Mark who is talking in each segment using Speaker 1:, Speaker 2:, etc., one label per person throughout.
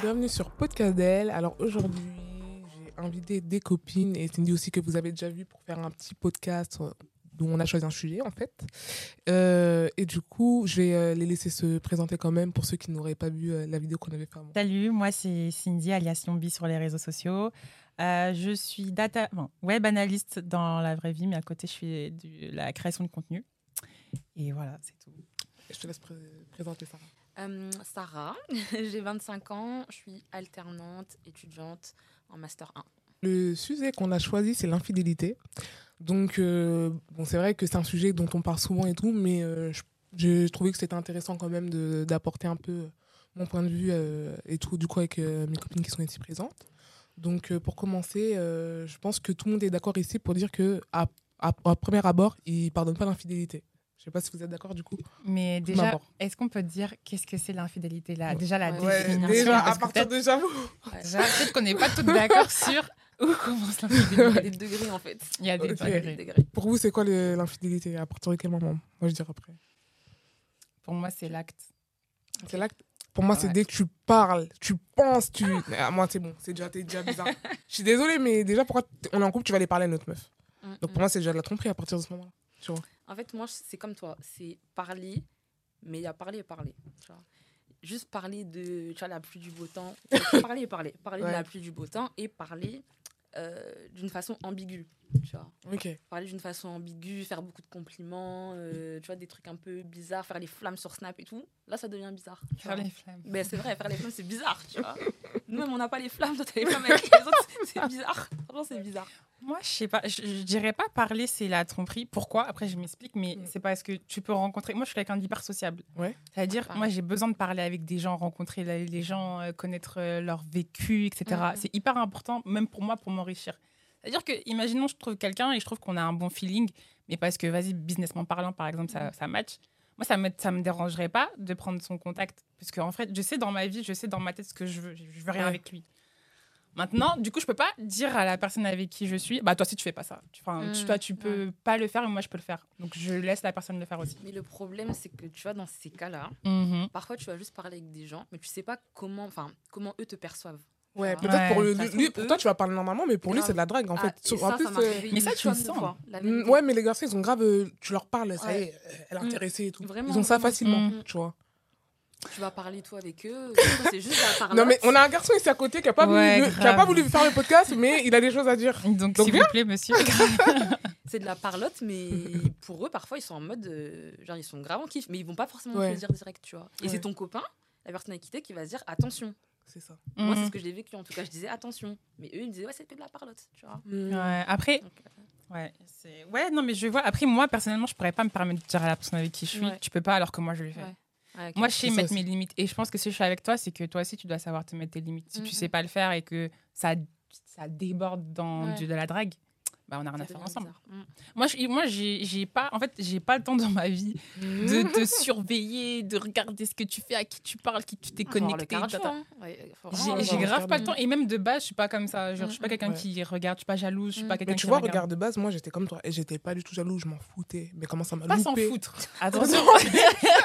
Speaker 1: bienvenue sur Podcadel. Alors aujourd'hui, j'ai invité des copines et Cindy aussi que vous avez déjà vu pour faire un petit podcast euh, dont on a choisi un sujet en fait. Euh, et du coup, je vais euh, les laisser se présenter quand même pour ceux qui n'auraient pas vu euh, la vidéo qu'on avait fait avant.
Speaker 2: Salut, moi c'est Cindy alias Yombi sur les réseaux sociaux. Euh, je suis data, bon, web analyste dans la vraie vie, mais à côté je fais de la création de contenu. Et voilà, c'est tout.
Speaker 1: Je te laisse pré- présenter Sarah.
Speaker 3: Euh, Sarah, j'ai 25 ans, je suis alternante, étudiante en Master 1.
Speaker 1: Le sujet qu'on a choisi, c'est l'infidélité. Donc, euh, bon, c'est vrai que c'est un sujet dont on parle souvent et tout, mais euh, je- j'ai trouvé que c'était intéressant quand même de- d'apporter un peu euh, mon point de vue euh, et tout, du coup, avec euh, mes copines qui sont ici présentes. Donc, euh, pour commencer, euh, je pense que tout le monde est d'accord ici pour dire que à, à- à premier abord, ils ne pardonnent pas l'infidélité. Je sais pas si vous êtes d'accord du coup.
Speaker 2: Mais déjà,
Speaker 1: D'abord.
Speaker 2: est-ce qu'on peut dire qu'est-ce que c'est l'infidélité là
Speaker 1: Ouais.
Speaker 2: Déjà la
Speaker 3: Ouais,
Speaker 2: définition.
Speaker 3: déjà,
Speaker 2: parce que peut-être-
Speaker 1: de j'avoue.
Speaker 2: déjà, peut-être qu'on n'est pas toutes d'accord sur où commence
Speaker 3: Il y a
Speaker 2: l'infidélité.
Speaker 3: des degrés en fait.
Speaker 2: Il y a des
Speaker 1: Ok.
Speaker 3: Il y a des
Speaker 2: degrés.
Speaker 3: degrés.
Speaker 1: Pour vous, c'est quoi le- l'infidélité À partir de quel moment Moi, je dirais après.
Speaker 2: Pour moi, c'est l'acte.
Speaker 1: C'est là que- pour moi, c'est
Speaker 2: Ouais.
Speaker 1: dès que tu parles, tu penses, tu. Ah, moi, c'est bon, c'est déjà, t'es déjà bizarre. Je suis désolée, mais déjà, pourquoi t- on est en couple, tu vas aller parler à une autre meuf
Speaker 3: Mm,
Speaker 1: Donc
Speaker 3: mm.
Speaker 1: pour moi, c'est déjà de la tromperie à partir de ce moment-là. Tu vois
Speaker 3: En fait, moi, c'est comme toi, c'est parler, mais il y a parler et parler. tu vois. Juste parler de tu vois, la pluie du beau temps. parler et parler. Parler
Speaker 1: Ouais.
Speaker 3: de la pluie du beau temps et parler euh, d'une façon ambiguë. Tu vois.
Speaker 1: Ok.
Speaker 3: Parler d'une façon ambiguë, faire beaucoup de compliments, euh, tu vois, des trucs un peu bizarres, faire les flammes sur Snap et tout. Là, ça devient bizarre. tu
Speaker 2: Faire
Speaker 3: vois.
Speaker 2: les flammes.
Speaker 3: Ben, c'est vrai, faire les flammes, c'est bizarre, tu vois. Nous-mêmes, on n'a pas les flammes, toi, t'as les flammes avec les autres, c'est- c'est bizarre. Franchement, c'est bizarre.
Speaker 2: Moi, je sais pas. Je, je dirais pas parler, c'est la tromperie. Pourquoi Après, je m'explique, mais
Speaker 1: Mm.
Speaker 2: c'est parce que tu peux rencontrer. Moi, je suis quelqu'un d'hyper sociable.
Speaker 1: Ouais.
Speaker 2: C'est-à-dire,
Speaker 3: Pareil.
Speaker 2: moi, j'ai besoin de parler avec des gens, rencontrer la- les gens, euh, connaître euh, leur vécu, etc.
Speaker 3: Mm, mm.
Speaker 2: C'est hyper important, même pour moi, pour m'enrichir. C'est-à-dire que, imaginons, je trouve quelqu'un et je trouve qu'on a un bon feeling, mais parce que, vas-y, businessment parlant, par exemple, ça, ça match. Moi, ça me, ça me dérangerait pas de prendre son contact. Parce que, en fait, je sais dans ma vie, je sais dans ma tête ce que je veux. Je, je veux rien
Speaker 1: Ouais.
Speaker 2: avec lui. Maintenant, du coup, je peux pas dire à la personne avec qui je suis, bah toi si tu fais pas ça. Tu- Enfin, tu,
Speaker 3: Mm,
Speaker 2: toi tu peux pas le faire, mais moi je peux le faire. Donc je laisse la personne le faire aussi.
Speaker 3: Mais le problème, c'est que, tu vois, dans ces cas-là, parfois, tu vas juste parler avec des gens, mais tu sais pas comment, enfin, comment eux te perçoivent.
Speaker 1: Ouais,
Speaker 3: Ouais.
Speaker 1: peut-être pour, le-
Speaker 3: De toute
Speaker 1: lui,
Speaker 3: façon,
Speaker 1: pour
Speaker 3: eux-
Speaker 1: toi, tu vas parler normalement, mais pour lui,
Speaker 3: Grave.
Speaker 1: c'est de la drague en
Speaker 3: Ah,
Speaker 1: fait.
Speaker 3: et
Speaker 1: Sur- en
Speaker 3: ça,
Speaker 1: plus,
Speaker 3: ça m'est
Speaker 1: euh,
Speaker 3: arrivé
Speaker 2: Mais ça,
Speaker 3: une
Speaker 2: tu le
Speaker 3: tonne de
Speaker 2: sens.
Speaker 3: fois, la
Speaker 1: mm,
Speaker 3: vérité.
Speaker 1: ouais, mais les garçons, ils ont grave. euh, tu leur parles, ça y
Speaker 3: Ouais.
Speaker 1: est, euh, elle est
Speaker 3: Mm.
Speaker 1: intéressée et tout.
Speaker 3: Vraiment,
Speaker 1: ils ont ça
Speaker 3: vraiment.
Speaker 1: facilement,
Speaker 2: Mm.
Speaker 1: tu vois.
Speaker 3: Tu vas parler, toi, avec eux. Parfois, C'est juste la parole.
Speaker 1: Non, mais on a un garçon ici à côté qui a pas,
Speaker 2: Ouais,
Speaker 1: voulu, qui a
Speaker 2: grave.
Speaker 1: pas voulu faire le podcast, mais il a des choses à dire.
Speaker 2: Donc,
Speaker 1: Donc,
Speaker 2: s'il vous plaît, monsieur.
Speaker 3: C'est de la parlotte, mais pour eux, parfois, ils sont en mode. euh, genre, ils sont grave en kiff, mais ils vont pas forcément
Speaker 1: Ouais.
Speaker 3: te le dire direct, tu vois. Et
Speaker 1: Ouais.
Speaker 3: c'est ton copain, la personne avec qui t'es, qui va se dire attention.
Speaker 1: C'est ça.
Speaker 3: Moi, c'est
Speaker 2: Mhm.
Speaker 3: ce que j'ai vécu. En tout cas, je disais attention. Mais eux, ils me disaient, ouais, c'était de la parlotte, tu vois.
Speaker 2: Ouais, après,
Speaker 3: Donc,
Speaker 2: ouais, c'est- ouais, non, mais je vois. Après, moi personnellement, je pourrais pas me permettre de dire à la personne avec qui je suis,
Speaker 3: Ouais.
Speaker 2: tu peux pas alors que moi je le fais.
Speaker 3: Ouais. euh, ouais,
Speaker 2: Moi, je sais
Speaker 1: C'est ça
Speaker 2: mettre
Speaker 1: aussi.
Speaker 2: mes limites. Et je pense que si je suis avec toi, c'est que toi aussi, tu dois savoir te mettre tes limites. Si tu
Speaker 3: Mhm.
Speaker 2: sais pas le faire et que ça, ça déborde dans
Speaker 3: Ouais.
Speaker 2: du- de la drague, bah, on a rien
Speaker 3: ça
Speaker 2: à faire
Speaker 3: devient
Speaker 2: ensemble.
Speaker 3: bizarre. Mm.
Speaker 2: Moi, je- moi, j'ai j'ai pas, en fait, j'ai pas le temps dans ma vie
Speaker 3: Mmh.
Speaker 2: de te surveiller, de regarder ce que tu fais, à qui tu parles, qui tu t'es
Speaker 3: Faut avoir le
Speaker 2: connecté.
Speaker 3: cardio,
Speaker 2: tata.
Speaker 3: hein. Ouais, faut
Speaker 2: J'ai-
Speaker 3: vraiment
Speaker 1: ouais,
Speaker 2: J'ai
Speaker 1: ouais,
Speaker 3: avoir-
Speaker 2: grave pas le
Speaker 3: ouais.
Speaker 2: temps. Et même de base, je suis pas comme ça. Genre, je suis pas
Speaker 3: Mm,
Speaker 2: quelqu'un
Speaker 1: ouais.
Speaker 2: qui regarde, je suis pas jalouse, je suis
Speaker 3: Mm.
Speaker 2: pas
Speaker 3: Mais
Speaker 2: quelqu'un
Speaker 1: Mais
Speaker 2: qui
Speaker 1: tu vois,
Speaker 2: regarde.
Speaker 1: regarde de base, moi j'étais comme toi. Et j'étais pas du tout jaloux, je m'en foutais. Mais comment ça m'a
Speaker 2: Pas
Speaker 1: loupé
Speaker 2: s'en foutre. Attention,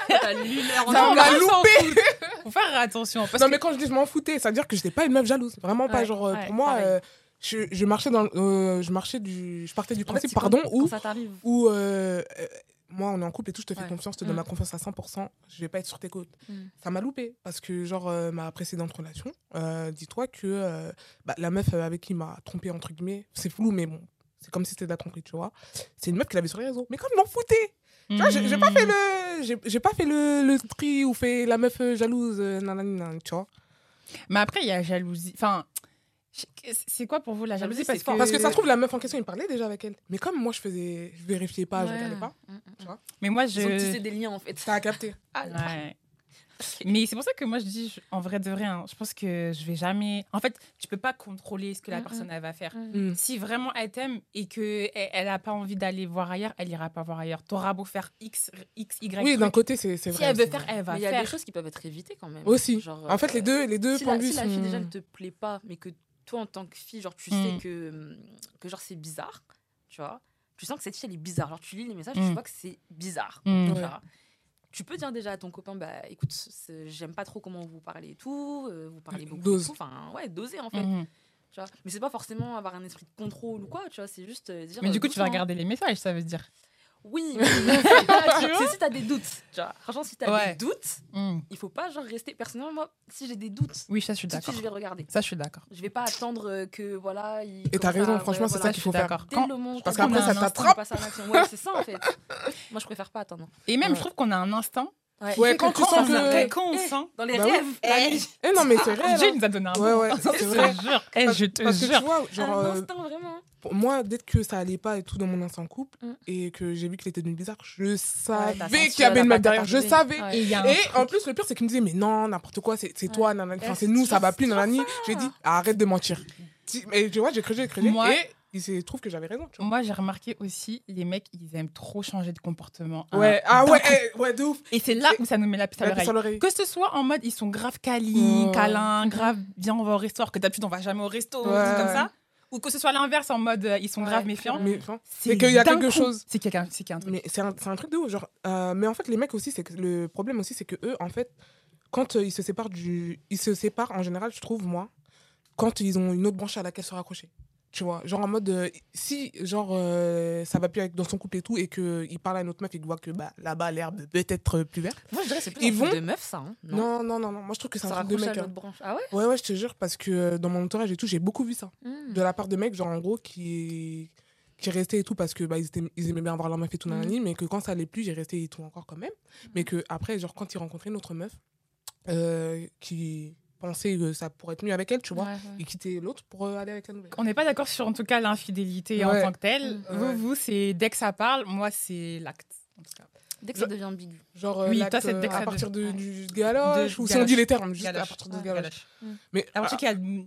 Speaker 3: T'as hein. l'une heure en
Speaker 2: Ça,
Speaker 1: Ça
Speaker 2: on
Speaker 3: avant.
Speaker 2: va
Speaker 1: m'a
Speaker 2: s'en
Speaker 1: loupé
Speaker 2: faut faire attention. Parce
Speaker 1: Non,
Speaker 2: que-
Speaker 1: mais quand je dis je m'en foutais, ça veut dire que j'étais pas une meuf jalouse. Vraiment pas.
Speaker 3: Ouais,
Speaker 1: genre, euh,
Speaker 3: ouais,
Speaker 1: pour moi,
Speaker 3: pareil.
Speaker 1: euh, je, je marchais dans. euh, je marchais du. Je partais du
Speaker 3: En fait,
Speaker 1: principe,
Speaker 3: c'est
Speaker 1: pardon,
Speaker 3: quand-
Speaker 1: où.
Speaker 3: quand ça t'arrive.
Speaker 1: où euh, euh, moi, on est en couple et tout, je te fais
Speaker 3: Ouais.
Speaker 1: confiance, je te donne
Speaker 3: Mm.
Speaker 1: ma confiance à 100%, je vais pas être sur tes côtes.
Speaker 3: Mm.
Speaker 1: Ça m'a loupé parce que, genre, euh, ma précédente relation, euh, dis-toi que euh, bah, la meuf euh, avec qui il m'a trompé, entre guillemets, c'est flou, mais bon, c'est comme si c'était de la tromperie, tu vois. C'est une meuf qui l'avait sur les réseaux. Mais comme je m'en foutais, tu vois, j'ai j'ai
Speaker 3: Mm.
Speaker 1: pas fait le, j'ai- j'ai pas fait le, le tri ou fait la meuf euh, jalouse, euh, nanani, nanani, tu vois.
Speaker 2: Mais après, il y a jalousie. Enfin, je- c'est quoi pour vous la jalousie
Speaker 3: Jalousie, c'est
Speaker 1: Parce que ça
Speaker 3: Euh,
Speaker 1: se trouve, la meuf en question, il parlait déjà avec elle. Mais comme moi, je faisais, je vérifiais pas, je
Speaker 3: Ouais.
Speaker 1: regardais pas,
Speaker 3: Mm, mm, mm.
Speaker 2: Mais moi,
Speaker 3: Ils ont tissé
Speaker 2: je.
Speaker 3: des liens, en fait.
Speaker 1: ça a capté.
Speaker 3: Ah,
Speaker 2: Ouais. Mais c'est pour ça que moi je dis je- en vrai de rien. Je pense que je vais jamais. En fait, tu peux pas contrôler ce que la
Speaker 3: Mm,
Speaker 2: personne elle va faire.
Speaker 3: Mm.
Speaker 1: Mm.
Speaker 2: Si vraiment elle t'aime et que elle- elle a pas envie d'aller voir ailleurs, elle ira pas voir ailleurs. T'auras beau faire X, X, Y.
Speaker 1: Oui,
Speaker 2: truc,
Speaker 1: d'un côté, c'est c'est
Speaker 2: si
Speaker 1: vrai.
Speaker 2: elle veut
Speaker 1: c'est
Speaker 2: faire,
Speaker 1: vrai.
Speaker 2: elle va
Speaker 3: Mais il y a des
Speaker 2: faire.
Speaker 3: choses qui peuvent être évitées quand même.
Speaker 1: Aussi.
Speaker 3: Genre,
Speaker 1: En fait, les
Speaker 3: euh,
Speaker 1: deux, les deux
Speaker 3: si
Speaker 1: points
Speaker 3: la,
Speaker 1: de vue
Speaker 3: si la fille
Speaker 1: sont-
Speaker 3: déjà ne te plaît pas, mais que toi en tant que fille, genre tu
Speaker 2: Mm.
Speaker 3: sais que, que genre c'est bizarre, tu vois, tu sens que cette fille elle est bizarre. Alors tu lis les messages,
Speaker 2: Mm.
Speaker 3: tu vois que c'est bizarre.
Speaker 2: Mm.
Speaker 3: tu vois. tu peux dire déjà à ton copain, bah écoute, c'est- j'aime pas trop comment vous parlez et tout, euh, vous parlez beaucoup. et
Speaker 1: Dose.
Speaker 3: tout. Enfin, ouais, doser en fait.
Speaker 2: Mhm.
Speaker 3: Tu vois. Mais c'est pas forcément avoir un esprit de contrôle ou quoi, tu vois, c'est juste euh, dire.
Speaker 2: Mais
Speaker 3: euh,
Speaker 2: du coup, tu vas
Speaker 3: doucement.
Speaker 2: regarder les messages, ça veut dire.
Speaker 3: Oui, mais c'est pas-
Speaker 2: Tu vois
Speaker 3: c'est si t'as des doutes. Tu vois. Franchement, si t'as
Speaker 2: Ouais.
Speaker 3: des doutes,
Speaker 2: Mhm.
Speaker 3: il faut pas genre rester. Personnellement, moi, si j'ai des doutes,
Speaker 2: Oui, ça, je suis
Speaker 3: tout de
Speaker 2: d'accord.
Speaker 3: suite, je vais regarder.
Speaker 2: Ça, je suis d'accord.
Speaker 3: Je vais pas attendre euh, que voilà. Il
Speaker 1: Et t'as
Speaker 3: commence
Speaker 1: raison,
Speaker 3: à-
Speaker 1: franchement,
Speaker 3: ouais,
Speaker 1: c'est
Speaker 3: voilà.
Speaker 1: ça qu'il faut
Speaker 2: je suis
Speaker 1: faire.
Speaker 2: d'accord.
Speaker 3: Dès
Speaker 2: Quand-
Speaker 3: le moment où
Speaker 1: parce
Speaker 3: t'as
Speaker 2: qu'après,
Speaker 3: un
Speaker 2: ça
Speaker 3: instinct,
Speaker 1: t'attrape.
Speaker 3: on passe à l'action. Ouais, c'est ça en fait. Moi, je préfère pas attendre.
Speaker 2: Et même,
Speaker 1: Ouais.
Speaker 2: je trouve qu'on a un instinct.
Speaker 3: Ouais.
Speaker 1: Ouais,
Speaker 2: Et
Speaker 1: quand
Speaker 2: que
Speaker 1: tu sens
Speaker 2: on a-
Speaker 1: que-
Speaker 2: quand on
Speaker 3: Eh,
Speaker 2: sent.
Speaker 3: Dans les
Speaker 1: Bah oui.
Speaker 3: rêves, la nuit.
Speaker 1: Eh non, mais c'est vrai.
Speaker 2: Dieu
Speaker 1: là.
Speaker 2: nous a donné un
Speaker 1: Ouais,
Speaker 2: bon.
Speaker 1: ouais,
Speaker 2: Je
Speaker 1: c'est
Speaker 2: te
Speaker 1: vrai.
Speaker 2: jure. Eh, je te
Speaker 1: Parce que
Speaker 2: jure.
Speaker 1: tu vois, genre,
Speaker 3: un
Speaker 1: euh,
Speaker 3: instinct vraiment.
Speaker 1: pour moi, dès que ça allait pas et tout dans mon instant couple,
Speaker 3: Mm.
Speaker 1: et que j'ai vu qu'il était devenu bizarre, je
Speaker 3: Ouais,
Speaker 1: savais
Speaker 3: t'as senti,
Speaker 1: qu'il y avait
Speaker 3: ouais,
Speaker 1: une meuf
Speaker 3: t'as pas
Speaker 1: derrière. Je
Speaker 3: tapé.
Speaker 1: savais.
Speaker 3: Ouais.
Speaker 2: Et il y a un
Speaker 1: Et
Speaker 2: truc-
Speaker 1: en plus, le pire, c'est qu'il me disait, mais non, n'importe quoi, c'est c'est
Speaker 3: Ouais.
Speaker 1: toi, nanana. Enfin,
Speaker 3: Ouais,
Speaker 1: c'est
Speaker 3: c'est
Speaker 1: nous,
Speaker 3: toujours
Speaker 1: ça va plus,
Speaker 3: ça.
Speaker 1: nanani. J'ai dit, arrête de mentir. Ti- Et tu vois, j'ai creusé, j'ai creusé.
Speaker 2: Moi-
Speaker 1: Et il se trouve que j'avais raison, tu vois.
Speaker 2: Moi, j'ai remarqué aussi, les mecs, ils aiment trop changer de comportement. hein.
Speaker 1: Ouais, ah ouais,
Speaker 2: D'un coup.
Speaker 1: eh, ouais, de ouf.
Speaker 2: Et c'est là où ça nous met la puce à
Speaker 1: La
Speaker 2: l'oreille.
Speaker 1: puce à l'oreille.
Speaker 2: Que ce soit en mode, ils sont grave câlins,
Speaker 1: Ouais.
Speaker 2: câlins, grave, viens, on va au resto, alors que d'habitude, on va jamais au resto,
Speaker 1: Ouais.
Speaker 2: tout comme ça. Ou que ce soit l'inverse, en mode, euh, ils sont
Speaker 3: Ouais.
Speaker 2: grave méfiants.
Speaker 1: Mais enfin,
Speaker 2: C'est
Speaker 1: qu'il y a
Speaker 2: d'un
Speaker 1: quelque
Speaker 2: coup.
Speaker 1: chose.
Speaker 2: C'est quelqu'un, c'est qu'il y a un truc.
Speaker 1: Mais c'est un, c'est un truc de ouf. Genre, euh, mais en fait, les mecs aussi, c'est que le problème aussi, c'est que eux, en fait, quand euh, ils se séparent du, ils se séparent en général, je trouve moi, quand ils ont une autre branche à laquelle se raccrocher. Tu vois, genre en mode euh, si genre euh, ça va plus avec dans son couple et tout et que il parle à une autre meuf et qu'il voit que bah là-bas l'herbe peut être euh, plus verte.
Speaker 3: Moi, je dirais c'est
Speaker 1: Ils
Speaker 3: plus un truc
Speaker 1: vont-
Speaker 3: de meuf, ça. hein.
Speaker 1: Non. non non non moi je trouve que c'est
Speaker 3: Ça
Speaker 1: un truc de
Speaker 3: raccroche à
Speaker 1: mec.
Speaker 3: notre
Speaker 1: hein.
Speaker 3: branche. Ah ouais
Speaker 1: Ouais ouais je te jure parce que euh, dans mon entourage et tout j'ai beaucoup vu ça
Speaker 2: Mm.
Speaker 3: Hmm.
Speaker 1: de la part de mecs genre en gros qui qui restaient et tout parce que bah ils, étaient- ils aimaient bien voir leur meuf et tout
Speaker 3: Mhm.
Speaker 2: Mm.
Speaker 1: nanani, mais que quand ça allait plus j'ai resté et tout encore quand même mais que après genre quand ils rencontraient une autre meuf euh, qui pensait que ça pourrait être mieux avec elle tu vois
Speaker 3: Ouais, ouais.
Speaker 1: ils quittaient l'autre pour euh, aller avec la nouvelle
Speaker 2: On n'est pas d'accord sur, en tout cas, l'infidélité en
Speaker 1: Ouais.
Speaker 2: tant que telle.
Speaker 3: Mm.
Speaker 2: Vous,
Speaker 1: Ouais.
Speaker 2: vous, c'est dès que ça parle, moi, c'est l'acte. en tout cas.
Speaker 3: Dès que
Speaker 1: Je-
Speaker 3: ça devient ambigu.
Speaker 1: genre euh,
Speaker 2: Oui,
Speaker 1: l'acte,
Speaker 2: toi, c'est
Speaker 1: euh,
Speaker 2: dès que
Speaker 1: à
Speaker 2: ça
Speaker 1: partir
Speaker 2: devient-
Speaker 1: de, du galoche
Speaker 2: De-
Speaker 1: ou si
Speaker 2: galoche.
Speaker 1: on dit les termes juste à
Speaker 2: Galoche.
Speaker 1: partir de
Speaker 3: Ouais,
Speaker 1: Ah, galoche Ah.
Speaker 2: Galoche.
Speaker 1: mais
Speaker 2: La partie qui a le-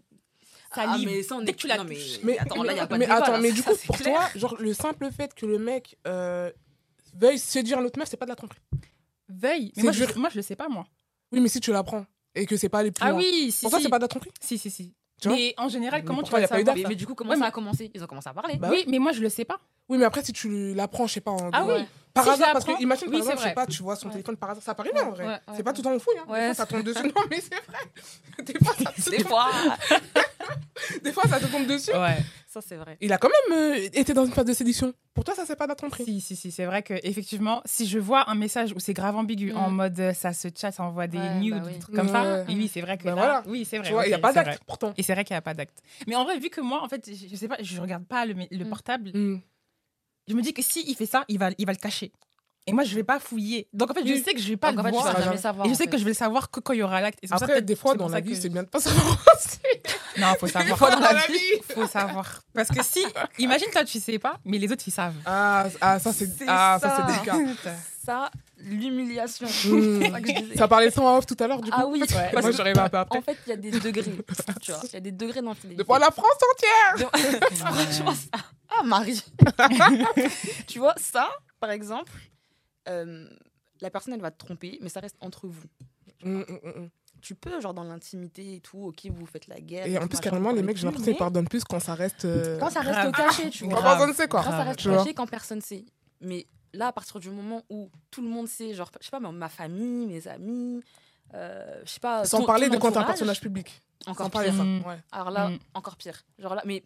Speaker 2: ça
Speaker 3: Ah,
Speaker 2: livre.
Speaker 3: mais ça, on
Speaker 2: Dès
Speaker 3: est-
Speaker 2: que tu l'as
Speaker 3: non, mais-
Speaker 2: touché.
Speaker 1: Mais
Speaker 3: attends, là, y a pas de
Speaker 1: Ah, mais
Speaker 3: débat,
Speaker 1: attends,
Speaker 3: là,
Speaker 1: mais
Speaker 3: ça,
Speaker 1: du
Speaker 3: ça,
Speaker 1: coup,
Speaker 3: c'est
Speaker 1: pour
Speaker 3: clair.
Speaker 1: toi, genre, le simple fait que le mec euh, veuille séduire l'autre meuf, c'est pas de la tromperie.
Speaker 2: Veille.
Speaker 1: C'est
Speaker 2: Mais moi je,
Speaker 1: dur.
Speaker 2: moi, je le sais pas, moi.
Speaker 1: Oui, mais si tu l'apprends et que c'est pas les plus
Speaker 2: Ah
Speaker 1: loin,
Speaker 2: oui, si,
Speaker 1: pour toi,
Speaker 2: si.
Speaker 1: c'est pas de la tromperie
Speaker 2: Si, si, si.
Speaker 1: Tu vois
Speaker 2: mais en général,
Speaker 1: Mais
Speaker 2: comment tu
Speaker 1: pourquoi y
Speaker 2: vas le
Speaker 1: a pas eu
Speaker 2: savoir
Speaker 1: d'acte,
Speaker 3: Mais,
Speaker 2: ça
Speaker 3: mais du coup, comment
Speaker 2: Ouais,
Speaker 3: ça
Speaker 2: mais-
Speaker 3: a commencé Ils ont commencé à parler.
Speaker 1: Bah
Speaker 2: Oui, mais moi, je le sais pas.
Speaker 1: Oui, mais après, si tu l'apprends, je sais pas. en-
Speaker 2: Ah oui.
Speaker 1: Par
Speaker 2: Si je
Speaker 1: hasard, parce que
Speaker 2: l'apprends,
Speaker 1: imagine, par
Speaker 2: oui, c'est
Speaker 1: exemple, je sais
Speaker 2: vrai.
Speaker 1: pas, tu vois son
Speaker 3: Ouais.
Speaker 1: téléphone par hasard, ça paraît bien en vrai.
Speaker 3: Ouais, ouais,
Speaker 1: c'est pas
Speaker 3: ouais.
Speaker 1: tout le temps on fouille, hein. Des
Speaker 3: Ouais,
Speaker 1: fois, ça tombe dessus. Non, mais c'est vrai. Des fois, ça te,
Speaker 3: Des fois,
Speaker 1: des fois, ça te tombe dessus.
Speaker 2: Ouais.
Speaker 3: ça c'est vrai.
Speaker 1: Il a quand même euh, été dans une phase de séduction. Pour toi, ça, c'est pas de la tromperie.
Speaker 2: Si, si, si, c'est vrai que effectivement, si je vois un message où c'est grave ambigu,
Speaker 3: Mm.
Speaker 2: en mode euh, ça se chat, ça envoie des
Speaker 3: Ouais,
Speaker 2: nudes,
Speaker 3: bah
Speaker 2: des
Speaker 3: oui.
Speaker 2: trucs comme ça,
Speaker 1: Ouais.
Speaker 2: oui, oui, c'est vrai que
Speaker 1: Bah
Speaker 2: là-
Speaker 1: voilà.
Speaker 2: oui, c'est vrai.
Speaker 1: Tu vois, il
Speaker 2: ok,
Speaker 1: n'y a pas
Speaker 2: c'est vrai.
Speaker 1: d'acte pourtant.
Speaker 2: Et c'est vrai qu'il n'y a pas d'acte. Mais en vrai, vu que moi, en fait, je, je sais pas, je regarde pas le, le
Speaker 3: Mm.
Speaker 2: portable,
Speaker 1: Hmm.
Speaker 2: je me dis que si il fait ça, il va, il va le cacher. Et moi, je vais pas fouiller. Donc en fait, je
Speaker 1: Oui.
Speaker 2: sais que je vais pas
Speaker 3: Mm. Donc, en
Speaker 2: le
Speaker 3: fait, tu
Speaker 2: voir.
Speaker 1: ça
Speaker 3: vas
Speaker 1: va.
Speaker 3: jamais savoir.
Speaker 2: Et je
Speaker 3: en
Speaker 2: sais
Speaker 3: fait.
Speaker 2: que je vais le savoir que quand il y aura l'acte. Et c'est pour ça,
Speaker 1: Après,
Speaker 2: peut-être,
Speaker 1: des fois,
Speaker 2: c'est
Speaker 1: dans
Speaker 2: pour
Speaker 1: la
Speaker 2: ça
Speaker 1: vie,
Speaker 2: que-
Speaker 1: c'est bien de pas savoir. aussi.
Speaker 2: Non, faut
Speaker 1: Des
Speaker 2: savoir.
Speaker 1: fois, dans la vie.
Speaker 2: faut savoir. Parce que si, imagine toi, tu sais pas, mais les autres, ils savent.
Speaker 1: Ah, ah, ça, c'est
Speaker 3: C'est
Speaker 1: ah, ça,
Speaker 3: ça.
Speaker 1: c'est délicat.
Speaker 3: Ça, l'humiliation.
Speaker 1: Hmm.
Speaker 3: C'est ça que je disais.
Speaker 1: Ça parlait sans off tout à l'heure, du coup.
Speaker 3: Ah oui,
Speaker 2: Ouais.
Speaker 3: parce
Speaker 1: Moi,
Speaker 3: que-
Speaker 1: j'arrive un peu après.
Speaker 3: en fait, il y a des degrés. Tu vois, il y a des degrés dans le
Speaker 1: De fois, la France hein. entière.
Speaker 3: Franchement, ça- Ah, Marie Tu vois, ça, par exemple, euh, la personne, elle va te tromper, mais ça reste entre vous.
Speaker 1: Hmm, hmm, hmm.
Speaker 3: Tu peux, genre, dans l'intimité et tout, ok, vous faites la guerre.
Speaker 1: Et en
Speaker 3: tout,
Speaker 1: plus,
Speaker 3: machin,
Speaker 1: carrément,
Speaker 3: vous
Speaker 1: les
Speaker 3: parlez
Speaker 1: mecs, j'ai
Speaker 3: plus,
Speaker 1: l'impression qu'ils
Speaker 3: mais
Speaker 1: pardonnent plus quand ça reste. euh,
Speaker 3: Quand ça reste
Speaker 2: Grave.
Speaker 3: au cachet, tu
Speaker 1: Quand
Speaker 3: vois.
Speaker 2: Grave.
Speaker 1: personne ne sait quoi.
Speaker 3: Quand ça
Speaker 2: Grave,
Speaker 3: reste
Speaker 1: tu vois.
Speaker 3: caché, quand personne sait. Mais là, à partir du moment où tout le monde sait, genre, je sais pas, ma- ma famille, mes amis, euh, je sais pas.
Speaker 1: Sans
Speaker 3: ton-
Speaker 1: parler
Speaker 3: ton
Speaker 1: de quand t'es un
Speaker 3: entourage,
Speaker 1: personnage public.
Speaker 3: Encore
Speaker 1: Sans parler
Speaker 3: pire.
Speaker 1: de ça.
Speaker 2: Mm.
Speaker 1: Ouais.
Speaker 3: Alors là,
Speaker 2: Mm.
Speaker 3: encore pire. Genre là, mais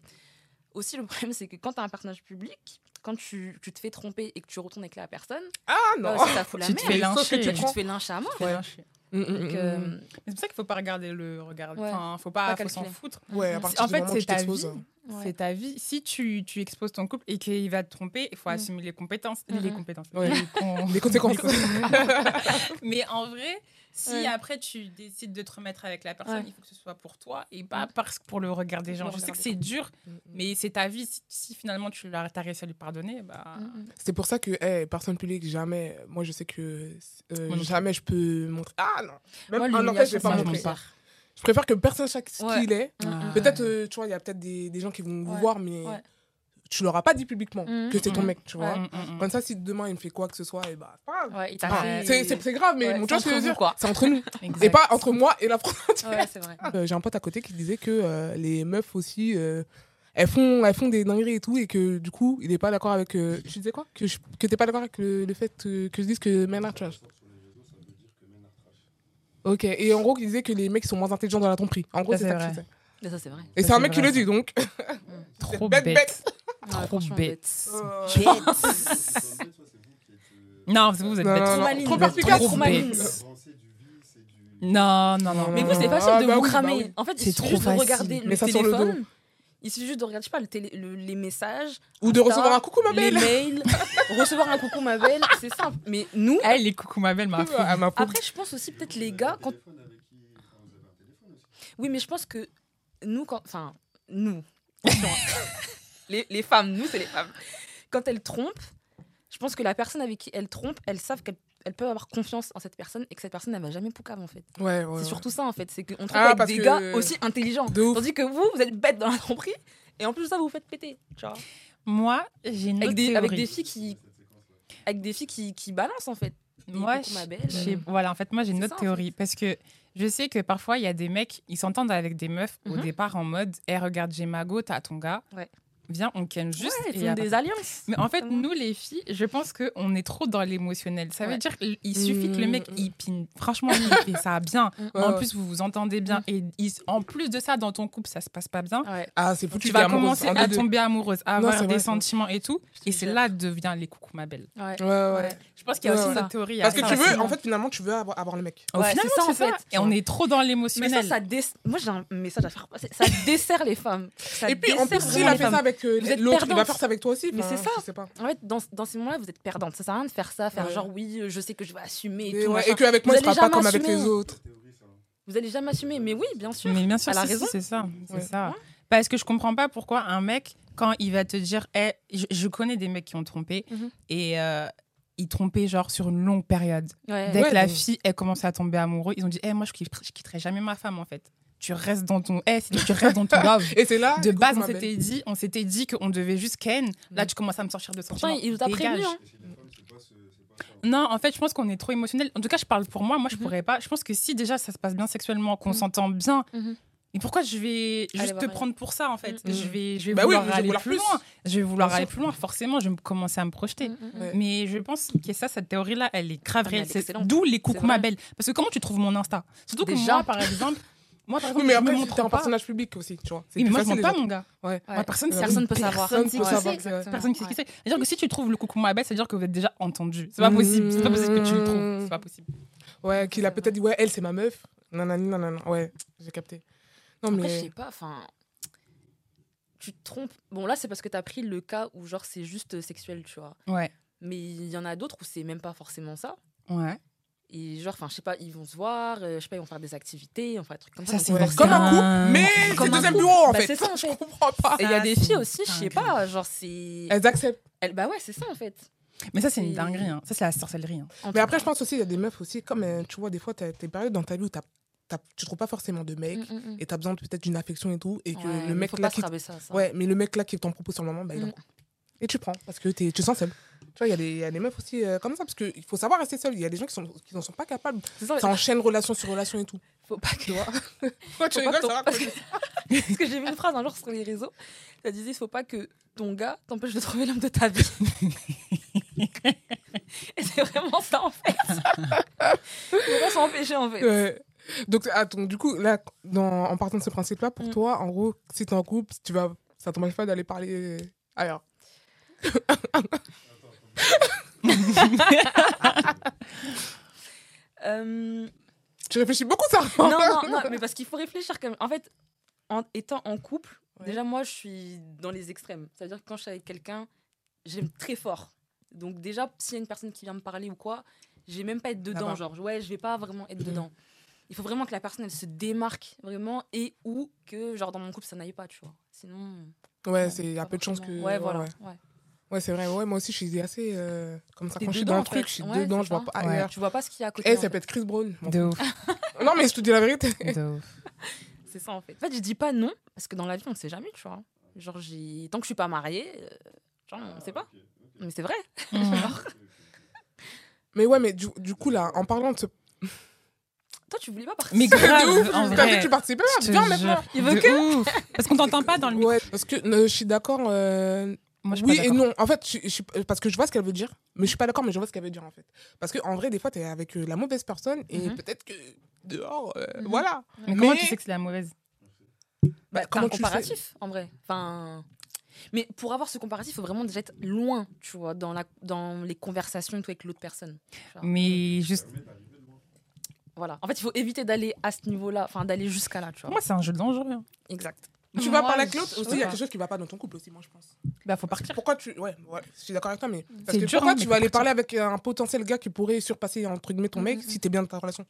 Speaker 3: aussi le problème, c'est que quand t'as un personnage public, quand tu, tu te fais tromper et que tu retournes avec la personne, bah,
Speaker 1: Ah
Speaker 3: là
Speaker 1: non
Speaker 3: aussi, ça fout la
Speaker 2: Tu te
Speaker 3: merde.
Speaker 2: fais
Speaker 1: Mais sauf que
Speaker 2: lyncher.
Speaker 1: tu
Speaker 3: Tu te
Speaker 1: prends.
Speaker 3: fais lyncher à mort.
Speaker 2: Tu te fais
Speaker 1: Ouais.
Speaker 2: lyncher.
Speaker 1: Mm, mm,
Speaker 3: Donc,
Speaker 1: mm,
Speaker 3: euh,
Speaker 1: mm.
Speaker 2: Mais C'est pour ça qu'il faut pas regarder le regard.
Speaker 3: Ouais.
Speaker 2: Enfin, faut pas,
Speaker 3: Pas
Speaker 2: faut s'en
Speaker 3: calculer.
Speaker 2: foutre.
Speaker 1: Ouais, à
Speaker 3: Mm.
Speaker 1: partir
Speaker 2: En
Speaker 1: du
Speaker 2: fait,
Speaker 1: moment où
Speaker 2: c'est
Speaker 1: tu
Speaker 2: ta
Speaker 1: t'exposes,
Speaker 2: vie.
Speaker 1: euh,
Speaker 3: ouais.
Speaker 2: C'est ta vie. Si tu, tu exposes ton couple et qu'il va te tromper, il faut
Speaker 3: Mm.
Speaker 2: assumer les compétences.
Speaker 3: Mm,
Speaker 2: Les
Speaker 3: mm.
Speaker 2: compétences.
Speaker 1: Ouais.
Speaker 2: Les con-
Speaker 1: Les conséquences.
Speaker 2: Mais en vrai, si
Speaker 3: Ouais.
Speaker 2: après tu décides de te remettre avec la personne,
Speaker 3: Ouais.
Speaker 2: il faut que ce soit pour toi et pas parce pour le regard des gens.
Speaker 3: Le
Speaker 2: Je sais
Speaker 3: regard
Speaker 2: que
Speaker 3: des
Speaker 2: c'est dur,
Speaker 1: Mm, mm.
Speaker 2: mais c'est ta vie. Si, si finalement tu l'as- t'as réussi à lui pardonner, bah.
Speaker 3: Mm, mm.
Speaker 1: C'est pour ça que, eh, personne publique, jamais. Moi, je sais que euh,
Speaker 2: non plus.
Speaker 1: jamais je peux montrer. Ah non
Speaker 3: Moi,
Speaker 1: Même un orchestre, je vais
Speaker 3: l'humiliation,
Speaker 1: pas
Speaker 3: ça me
Speaker 1: montrer.
Speaker 3: fait
Speaker 1: Je préfère que personne sache ce
Speaker 3: Ouais.
Speaker 1: qu'il est.
Speaker 3: Mm, mm.
Speaker 2: Ah.
Speaker 1: Peut-être, euh, tu vois, il y a peut-être des, des gens qui vont vous
Speaker 3: Ouais.
Speaker 1: voir, mais
Speaker 3: Ouais.
Speaker 1: tu l'auras pas dit publiquement
Speaker 3: Mm,
Speaker 1: que c'est ton
Speaker 2: mm.
Speaker 1: mec, tu vois.
Speaker 2: Mm, mm, mm.
Speaker 1: Comme ça, si demain il me fait quoi que ce soit, et bah, c'est pas grave.
Speaker 3: Ouais, il t'a
Speaker 2: Ah.
Speaker 1: Enfin,
Speaker 3: fait-
Speaker 1: c'est- c'est c'est grave, mais
Speaker 3: Ouais,
Speaker 1: bon, tu
Speaker 3: c'est
Speaker 1: vois ce que je veux
Speaker 3: entre
Speaker 1: dire
Speaker 3: vous, quoi.
Speaker 1: C'est entre nous.
Speaker 2: Exact.
Speaker 1: Et pas entre moi et la France entière.
Speaker 3: Ouais, c'est vrai.
Speaker 1: Euh, J'ai un pote à côté qui disait que euh, les meufs aussi, euh, elles, font, elles font des dingueries et tout, et que du coup, il n'est pas d'accord avec. euh, tu disais quoi Que, je- que t'es pas d'accord avec le, le fait euh, que je dise que men are trash. Ok, et en gros, il disait que les mecs sont moins intelligents dans la tromperie. En gros,
Speaker 2: Ça,
Speaker 1: c'est
Speaker 2: c'est
Speaker 1: ça que
Speaker 2: vrai.
Speaker 1: je sais.
Speaker 3: Mais ça, c'est vrai.
Speaker 1: Et
Speaker 2: Ça,
Speaker 1: c'est un
Speaker 2: c'est
Speaker 1: mec qui
Speaker 2: vrai,
Speaker 1: le dit donc.
Speaker 2: Trop
Speaker 1: bête,
Speaker 2: bête.
Speaker 1: bête.
Speaker 3: Ouais,
Speaker 2: Trop
Speaker 3: franchement,
Speaker 2: bête.
Speaker 3: Bête.
Speaker 2: Non, vous, vous êtes
Speaker 1: Non,
Speaker 2: bête.
Speaker 1: non,
Speaker 3: Trop
Speaker 1: non.
Speaker 3: maligne.
Speaker 1: Trop
Speaker 2: Vous êtes
Speaker 1: perspicace.
Speaker 2: trop bête. Non, non, non.
Speaker 1: Non,
Speaker 3: Mais
Speaker 1: non,
Speaker 3: vous, c'est
Speaker 1: non.
Speaker 3: facile
Speaker 1: Ah,
Speaker 3: de
Speaker 1: bah
Speaker 3: vous
Speaker 1: oui,
Speaker 3: cramer.
Speaker 1: bah oui.
Speaker 3: En fait,
Speaker 2: C'est
Speaker 3: il suffit
Speaker 2: trop
Speaker 3: juste de
Speaker 2: facile.
Speaker 3: regarder le
Speaker 1: Mais ça sur le
Speaker 3: téléphone.
Speaker 1: dos.
Speaker 3: Il suffit juste de regarder, je sais pas, le télé- le- les messages,
Speaker 1: Ou de
Speaker 3: Insta,
Speaker 1: recevoir un coucou, ma
Speaker 3: les
Speaker 1: belle.
Speaker 3: mails, recevoir un coucou ma belle, c'est simple. Mais nous,
Speaker 2: Elle est coucou ma belle, ma fille.
Speaker 1: Ah, ma pauvre.
Speaker 3: après, je pense aussi peut-être les gars, quand... oui, mais je pense que nous, quand... enfin, nous, les, les femmes, nous, c'est les femmes. Quand elles trompent, je pense que la personne avec qui elles trompent, elles savent qu'elles elles peuvent avoir confiance en cette personne et que cette personne, elle va jamais poucave en fait.
Speaker 1: Ouais, ouais.
Speaker 3: C'est
Speaker 1: ouais.
Speaker 3: surtout ça en fait, c'est qu'on
Speaker 1: Ah,
Speaker 3: travaille
Speaker 1: parce
Speaker 3: avec des
Speaker 1: que-
Speaker 3: gars aussi intelligents.
Speaker 1: De ouf.
Speaker 3: Tandis que vous, vous êtes bêtes dans la tromperie et en plus de ça, vous vous faites péter. tu vois.
Speaker 2: Moi, j'ai une
Speaker 3: Avec
Speaker 2: autre
Speaker 3: des, avec
Speaker 2: théorie.
Speaker 3: des filles qui, avec des filles qui, qui balancent en fait. Des
Speaker 2: Moi,
Speaker 3: coucou, ma
Speaker 2: je-
Speaker 3: belle. euh,
Speaker 2: je sais- voilà, en fait, moi, j'ai une
Speaker 3: C'est
Speaker 2: autre
Speaker 3: ça, en
Speaker 2: théorie. Parce que je sais que parfois, il y a des mecs, ils s'entendent avec des meufs au
Speaker 3: Mhm.
Speaker 2: départ en mode Eh, regarde, j'ai ma go, t'as ton gars.
Speaker 3: Ouais.
Speaker 2: Viens, on ken juste.
Speaker 3: Ouais,
Speaker 2: et
Speaker 3: ils font
Speaker 2: après-
Speaker 3: des alliances.
Speaker 2: Mais en fait,
Speaker 3: Vraiment.
Speaker 2: nous, les filles, je pense qu'on est trop dans l'émotionnel. Ça veut
Speaker 3: Ouais. Mm.
Speaker 2: dire qu'il suffit que le mec,
Speaker 1: Mhm.
Speaker 2: il pine. Franchement, il fait ça bien.
Speaker 1: Ouais,
Speaker 2: en
Speaker 1: ouais.
Speaker 2: plus, vous vous entendez bien.
Speaker 3: Mm.
Speaker 2: Et il- en plus de ça, dans ton couple, ça se passe pas bien.
Speaker 3: Ouais.
Speaker 1: Ah, c'est foutu.
Speaker 2: Tu
Speaker 1: t'es
Speaker 2: vas
Speaker 1: amoureuse,
Speaker 2: commencer
Speaker 1: un
Speaker 2: à
Speaker 1: des deux.
Speaker 2: tomber amoureuse, à
Speaker 1: Non,
Speaker 2: avoir
Speaker 1: c'est
Speaker 2: des
Speaker 1: vrai, c'est vrai.
Speaker 2: sentiments et tout.
Speaker 3: Je te
Speaker 2: Et c'est
Speaker 3: jure.
Speaker 2: là devient les coucou ma belle.
Speaker 3: Ouais.
Speaker 1: Ouais, ouais. ouais.
Speaker 2: Je pense qu'il y a
Speaker 1: Ouais,
Speaker 2: aussi
Speaker 1: ouais.
Speaker 2: une autre théorie. à
Speaker 1: Parce que
Speaker 2: ça
Speaker 1: tu
Speaker 2: aussi.
Speaker 1: veux, en fait, finalement, tu veux avoir, avoir le mec.
Speaker 2: Au
Speaker 3: Ouais,
Speaker 2: final,
Speaker 3: c'est ça, en fait.
Speaker 2: Et on est trop dans
Speaker 3: Mais ça,
Speaker 2: l'émotionnel.
Speaker 3: ça dé- Moi, j'ai un message à faire passer. Ça dessert les femmes. Ça
Speaker 1: Et puis, en plus,
Speaker 3: dessert vraiment
Speaker 1: s'il a
Speaker 3: les
Speaker 1: fait ça
Speaker 3: femmes.
Speaker 1: avec euh,
Speaker 3: Vous êtes
Speaker 1: l'autre, il va
Speaker 3: perdante.
Speaker 1: faire ça avec toi aussi.
Speaker 3: Mais
Speaker 1: Enfin,
Speaker 3: c'est ça.
Speaker 1: Je sais pas.
Speaker 3: En fait, dans, dans ces moments-là, vous êtes perdante. Ça sert à rien de faire ça, faire
Speaker 1: Ouais.
Speaker 3: genre oui, euh, je sais que je vais assumer et
Speaker 1: Et,
Speaker 3: tout.
Speaker 1: ouais,
Speaker 3: machin.
Speaker 1: et qu'avec
Speaker 3: Vous
Speaker 1: moi, il sera
Speaker 3: allez
Speaker 1: pas
Speaker 3: jamais
Speaker 1: comme avec les
Speaker 3: assumer.
Speaker 1: autres.
Speaker 3: Vous allez jamais assumer. Mais oui, bien sûr.
Speaker 2: Mais bien sûr,
Speaker 3: Elle a
Speaker 2: si, si,
Speaker 3: raison.
Speaker 2: c'est ça. c'est
Speaker 1: Ouais.
Speaker 2: ça.
Speaker 3: Ouais.
Speaker 2: Parce que je comprends pas pourquoi un mec, quand il va te dire, Eh, je, je connais des mecs qui ont trompé
Speaker 3: Mhm.
Speaker 2: et euh, ils trompaient genre sur une longue période.
Speaker 3: Ouais.
Speaker 2: Dès
Speaker 1: Ouais,
Speaker 2: que la
Speaker 1: mais-
Speaker 2: fille elle commence à tomber amoureuse, ils ont dit, Eh, moi je quitterai, je quitterai jamais ma femme en fait. Tu restes dans ton, Eh, si tu restes dans ton love.
Speaker 1: Et c'est là.
Speaker 2: De
Speaker 1: coucou,
Speaker 2: base, on
Speaker 1: ma belle.
Speaker 2: s'était dit, on s'était dit qu'on devait juste Ken. Là, tu commences à me sortir de
Speaker 3: Pourtant,
Speaker 2: sentiments.
Speaker 3: il nous a prévenu.
Speaker 2: Dégage.
Speaker 3: hein.
Speaker 2: Non, en fait, je pense qu'on est trop émotionnel. En tout cas, je parle pour moi. Moi, je
Speaker 3: Mhm.
Speaker 2: pourrais pas. Je pense que si déjà ça se passe bien sexuellement, qu'on
Speaker 3: Mhm.
Speaker 2: s'entend bien,
Speaker 3: Mhm.
Speaker 2: et pourquoi je vais
Speaker 3: Aller
Speaker 2: juste
Speaker 3: voir
Speaker 2: te
Speaker 3: ailleurs.
Speaker 2: prendre pour ça en fait
Speaker 1: Mhm.
Speaker 2: Je vais, je vais
Speaker 1: Bah oui,
Speaker 2: vouloir
Speaker 1: je vais
Speaker 2: aller
Speaker 1: vouloir
Speaker 2: plus
Speaker 1: plus.
Speaker 2: loin. Je vais vouloir
Speaker 1: Bien
Speaker 2: aller
Speaker 1: sûr. Mhm.
Speaker 2: plus loin. Forcément, je vais me commencer à me projeter.
Speaker 1: Ouais.
Speaker 2: Mais je pense que ça, cette théorie-là, elle est grave
Speaker 3: Ah, mais
Speaker 2: réelle.
Speaker 3: elle est
Speaker 2: C'est
Speaker 3: excellente.
Speaker 2: d'où les coucou
Speaker 3: C'est
Speaker 2: ma
Speaker 3: vrai.
Speaker 2: belle. Parce que comment tu trouves mon Insta Surtout que
Speaker 3: Déjà.
Speaker 2: moi, par exemple, moi par
Speaker 1: Oui,
Speaker 2: exemple,
Speaker 1: mais
Speaker 2: je me
Speaker 1: après,
Speaker 2: montre
Speaker 1: t'es un
Speaker 2: pas.
Speaker 1: personnage public aussi, tu vois. C'est
Speaker 2: Oui, mais
Speaker 1: plus
Speaker 2: moi, je
Speaker 1: facile,
Speaker 2: montre
Speaker 1: les
Speaker 2: pas mon gars.
Speaker 1: gens. Ouais.
Speaker 2: Moi, personne,
Speaker 1: Ouais.
Speaker 3: Personne peut savoir.
Speaker 1: Personne peut
Speaker 3: Ouais,
Speaker 1: savoir.
Speaker 3: c'est
Speaker 1: Personne
Speaker 2: Personne qui
Speaker 3: exactement.
Speaker 2: qui sait. C'est-à-dire que si tu trouves le coucou ma belle, c'est-à-dire que vous êtes déjà entendu. C'est pas possible. C'est pas possible que tu le trouves. C'est pas possible.
Speaker 1: Ouais, qu'il a peut-être dit, ouais, elle, c'est ma meuf. Nanani, nanana. Ouais, j'ai capté. Non,
Speaker 3: Après, je
Speaker 1: mais.
Speaker 3: sais pas, enfin. Tu te trompes. Bon, là, c'est parce que t'as pris le cas où, genre, c'est juste euh, sexuel, tu vois.
Speaker 2: Ouais.
Speaker 3: Mais il y en a d'autres où c'est même pas forcément ça.
Speaker 2: Ouais.
Speaker 3: Et, genre, enfin, je sais pas, ils vont se voir, euh, je sais pas, ils vont faire des activités, enfin, des trucs comme ça.
Speaker 2: Ça,
Speaker 3: Donc,
Speaker 2: c'est
Speaker 1: Ouais,
Speaker 2: forcément-
Speaker 1: Comme un couple, mais
Speaker 3: Comme
Speaker 1: c'est
Speaker 3: un
Speaker 1: deuxième
Speaker 3: couple.
Speaker 1: bureau, en
Speaker 3: Bah,
Speaker 1: fait.
Speaker 3: c'est ça, en
Speaker 1: Je
Speaker 3: fait.
Speaker 1: comprends pas.
Speaker 3: Et il y a
Speaker 2: Ça,
Speaker 3: des
Speaker 2: c'est
Speaker 3: filles
Speaker 2: une
Speaker 3: aussi, je sais
Speaker 2: dinguerie.
Speaker 3: pas, genre, c'est.
Speaker 1: Elles acceptent.
Speaker 3: Elle- Bah ouais, c'est ça, en fait.
Speaker 2: Mais ça, c'est une
Speaker 3: Et-
Speaker 2: dinguerie. hein. Ça, c'est la sorcellerie. hein.
Speaker 3: En
Speaker 1: Mais
Speaker 3: tout
Speaker 1: après,
Speaker 3: cas.
Speaker 1: je pense aussi, il y a des meufs aussi, comme euh, tu vois, des fois, t'as t'as des périodes dans ta vie où t'as- t'as- tu trouves pas forcément de mec
Speaker 3: Mm, mm, mm.
Speaker 1: et t'as besoin de- peut-être d'une affection et tout. Et que
Speaker 3: Ouais,
Speaker 1: le
Speaker 3: mais
Speaker 1: mec
Speaker 3: faut
Speaker 1: là
Speaker 3: pas
Speaker 1: qui.
Speaker 3: se rabaisser à ça.
Speaker 1: Ouais, mais le mec là qui t'en propose sur le moment, bah, il en
Speaker 3: Mm.
Speaker 1: coupe. Et tu prends parce que t'es- tu te sens seule. Tu vois, il y a des- il y, a des meufs aussi euh, comme ça parce qu'il faut savoir rester seule. Il y a des gens qui n'en qui n'en sont pas capables.
Speaker 3: C'est ça,
Speaker 1: Ça enchaîne relation sur relation et tout.
Speaker 3: faut pas que.
Speaker 1: Pourquoi tu
Speaker 3: Faut pas
Speaker 1: rigoles,
Speaker 3: t'en-
Speaker 1: Sarah
Speaker 3: parce, que... parce que j'ai vu une phrase un jour sur les réseaux. Ça disait il faut pas que ton gars t'empêche de trouver l'homme de ta vie. Et c'est vraiment ça en fait. faut pas s'empêcher en fait.
Speaker 1: Ouais. Donc, attends, du coup, là, dans- en partant de ce principe-là, pour
Speaker 3: Mm.
Speaker 1: toi, en gros, si t'es en couple, tu vas, ça t'empêche pas d'aller parler euh, ailleurs.
Speaker 3: Euh,
Speaker 1: Tu réfléchis beaucoup, ça
Speaker 3: non, non, non, mais parce qu'il faut réfléchir quand même. En fait, en étant en couple,
Speaker 1: Ouais.
Speaker 3: déjà moi je suis dans les extrêmes. Ça veut dire que quand je suis avec quelqu'un, j'aime très fort. Donc déjà, s'il y a une personne qui vient me parler ou quoi, je vais même pas être dedans.
Speaker 1: va.
Speaker 3: Genre, ouais, je vais pas vraiment être
Speaker 1: Ah Mhm.
Speaker 3: dedans. Il faut vraiment que la personne, elle se démarque vraiment et ou que, genre, dans mon couple, ça n'aille pas, tu vois. Sinon.
Speaker 1: Ouais,
Speaker 3: non,
Speaker 1: c'est il y a
Speaker 3: pas
Speaker 1: peu de chances que.
Speaker 3: forcément. Ouais, voilà.
Speaker 1: Ouais,
Speaker 3: ouais.
Speaker 1: Ouais, c'est vrai. Ouais, moi aussi, je suis assez. euh, comme ça,
Speaker 3: T'es
Speaker 1: quand je suis
Speaker 3: dedans,
Speaker 1: dans le
Speaker 3: en
Speaker 1: truc,
Speaker 3: fait.
Speaker 1: je suis
Speaker 3: Ouais,
Speaker 1: dedans,
Speaker 3: c'est
Speaker 1: je vois
Speaker 3: ça.
Speaker 1: pas ailleurs.
Speaker 3: Tu vois pas ce qu'il y a à côté.
Speaker 1: Eh,
Speaker 3: en
Speaker 1: ça
Speaker 3: fait.
Speaker 1: peut être Chris Brown. Bon.
Speaker 2: De ouf.
Speaker 1: Non, mais je te dis la vérité.
Speaker 2: De ouf.
Speaker 3: C'est ça, en fait. En fait, je dis pas non, parce que dans la vie, on sait jamais, tu vois. Genre, j'ai... tant que je suis pas mariée, euh, genre, on sait
Speaker 1: Ah.
Speaker 3: pas. Mais c'est vrai.
Speaker 2: Mhm.
Speaker 1: Mais ouais, mais du, du coup, là, en parlant de ce.
Speaker 3: Toi, tu voulais pas partir.
Speaker 2: Mais grave,
Speaker 1: de ouf,
Speaker 2: en
Speaker 1: t'as
Speaker 2: vrai.
Speaker 1: vu que tu participais
Speaker 2: Je te
Speaker 1: Viens
Speaker 2: jure.
Speaker 1: maintenant
Speaker 3: Il veut
Speaker 2: De ouf. Parce qu'on t'entend pas dans le micro.
Speaker 1: Ouais, parce que euh, je suis d'accord. euh,
Speaker 2: Moi, je suis
Speaker 1: oui
Speaker 2: pas
Speaker 1: et
Speaker 2: d'accord.
Speaker 1: non. En fait, je, je suis- parce que je vois ce qu'elle veut dire, mais je suis pas d'accord, mais je vois ce qu'elle veut dire en fait. Parce que en vrai, des fois, t'es avec euh, la mauvaise personne et
Speaker 3: Mhm.
Speaker 1: peut-être que dehors, euh,
Speaker 3: Mhm.
Speaker 1: voilà.
Speaker 2: Mais comment
Speaker 1: Mais-
Speaker 2: tu sais que c'est la mauvaise
Speaker 1: Bah,
Speaker 3: Bah,
Speaker 1: comment
Speaker 3: t'as un
Speaker 1: tu le sais
Speaker 3: comparatif, en vrai. Enfin... Mais pour avoir ce comparatif, il faut vraiment déjà être loin, tu vois, dans, la... dans les conversations et tout avec l'autre personne. Genre,
Speaker 2: Mais juste,
Speaker 3: Voilà. En fait, il faut éviter d'aller à ce niveau-là, enfin d'aller jusqu'à là, tu
Speaker 2: pour
Speaker 3: vois.
Speaker 2: moi, c'est un jeu dangereux. hein.
Speaker 3: Exact.
Speaker 1: Tu
Speaker 2: Moi,
Speaker 1: vas parler avec
Speaker 2: je-
Speaker 1: l'autre, aussi, il y a
Speaker 2: ouais.
Speaker 1: quelque chose qui va pas dans ton couple aussi, moi, je pense.
Speaker 2: Bah, faut partir.
Speaker 1: Pourquoi tu. Ouais, ouais, je suis d'accord avec toi, mais. Parce
Speaker 2: C'est
Speaker 1: que
Speaker 2: dur,
Speaker 1: pourquoi
Speaker 2: hein,
Speaker 1: tu
Speaker 2: mais
Speaker 1: vas aller
Speaker 2: faut
Speaker 1: parler avec un potentiel gars qui pourrait surpasser, entre guillemets, ton mec
Speaker 3: Mhm.
Speaker 1: si t'es bien dans ta relation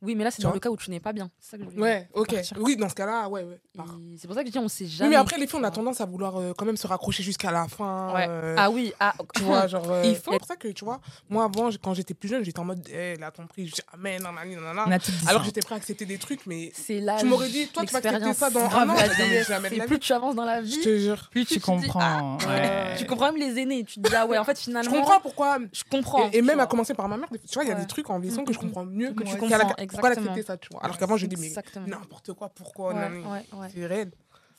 Speaker 3: Oui, mais là, c'est
Speaker 1: Tu
Speaker 3: dans
Speaker 1: vois
Speaker 3: le cas où tu n'es pas bien. C'est ça que je veux dire.
Speaker 1: Ouais, ok.
Speaker 2: partir.
Speaker 1: Oui, dans ce cas-là, ouais, ouais.
Speaker 3: Et
Speaker 1: part.
Speaker 3: C'est pour ça que je dis, on sait
Speaker 1: Oui,
Speaker 3: jamais.
Speaker 1: mais après, les filles, on a
Speaker 3: tu vois.
Speaker 1: tendance à vouloir euh, quand même se raccrocher jusqu'à la fin.
Speaker 3: Ouais.
Speaker 1: euh,
Speaker 3: Ah oui, ah,
Speaker 1: Tu vois, genre. euh,
Speaker 3: Il faut.
Speaker 1: C'est pour ça que, tu vois, moi, avant, j- quand j'étais plus jeune, j'étais en mode, eh, là, ton prix, jamais, nanani, nanana.
Speaker 2: On a tout dit
Speaker 1: Alors que
Speaker 2: ça.
Speaker 1: j'étais prêt à accepter des trucs, mais
Speaker 3: c'est là.
Speaker 1: tu m'aurais dit, toi, tu vas accepter ça dans un an,
Speaker 3: Grave,
Speaker 1: je
Speaker 3: la
Speaker 1: dis, mais
Speaker 3: jeunesse.
Speaker 1: jamais de
Speaker 3: Et
Speaker 1: la
Speaker 3: plus
Speaker 1: vie.
Speaker 3: tu avances dans la
Speaker 1: Je
Speaker 3: vie,
Speaker 1: te jure.
Speaker 2: Plus tu ah,
Speaker 3: tu te dis,
Speaker 2: comprends. ouais.
Speaker 3: tu comprends même les aînés. Tu te dis, ah ouais, en fait,
Speaker 1: Je
Speaker 3: finalement.
Speaker 1: comprends pourquoi.
Speaker 3: Je comprends.
Speaker 1: et- Et,
Speaker 3: tu
Speaker 1: même
Speaker 3: vois.
Speaker 1: à commencer par ma mère, des- tu vois, il y a
Speaker 3: Ouais.
Speaker 1: des trucs en vieillissant
Speaker 3: Mm,
Speaker 1: que je
Speaker 3: mm,
Speaker 1: comprends mieux
Speaker 3: que tu
Speaker 1: qu'à la-
Speaker 3: comprends,
Speaker 1: Pourquoi
Speaker 3: exactement.
Speaker 1: l'accepter ça, tu vois Alors qu'avant, je dis, mais
Speaker 3: Exactement.
Speaker 1: n'importe quoi, pourquoi
Speaker 3: Ouais,
Speaker 1: nanani.
Speaker 3: ouais, ouais.
Speaker 1: C'est réel.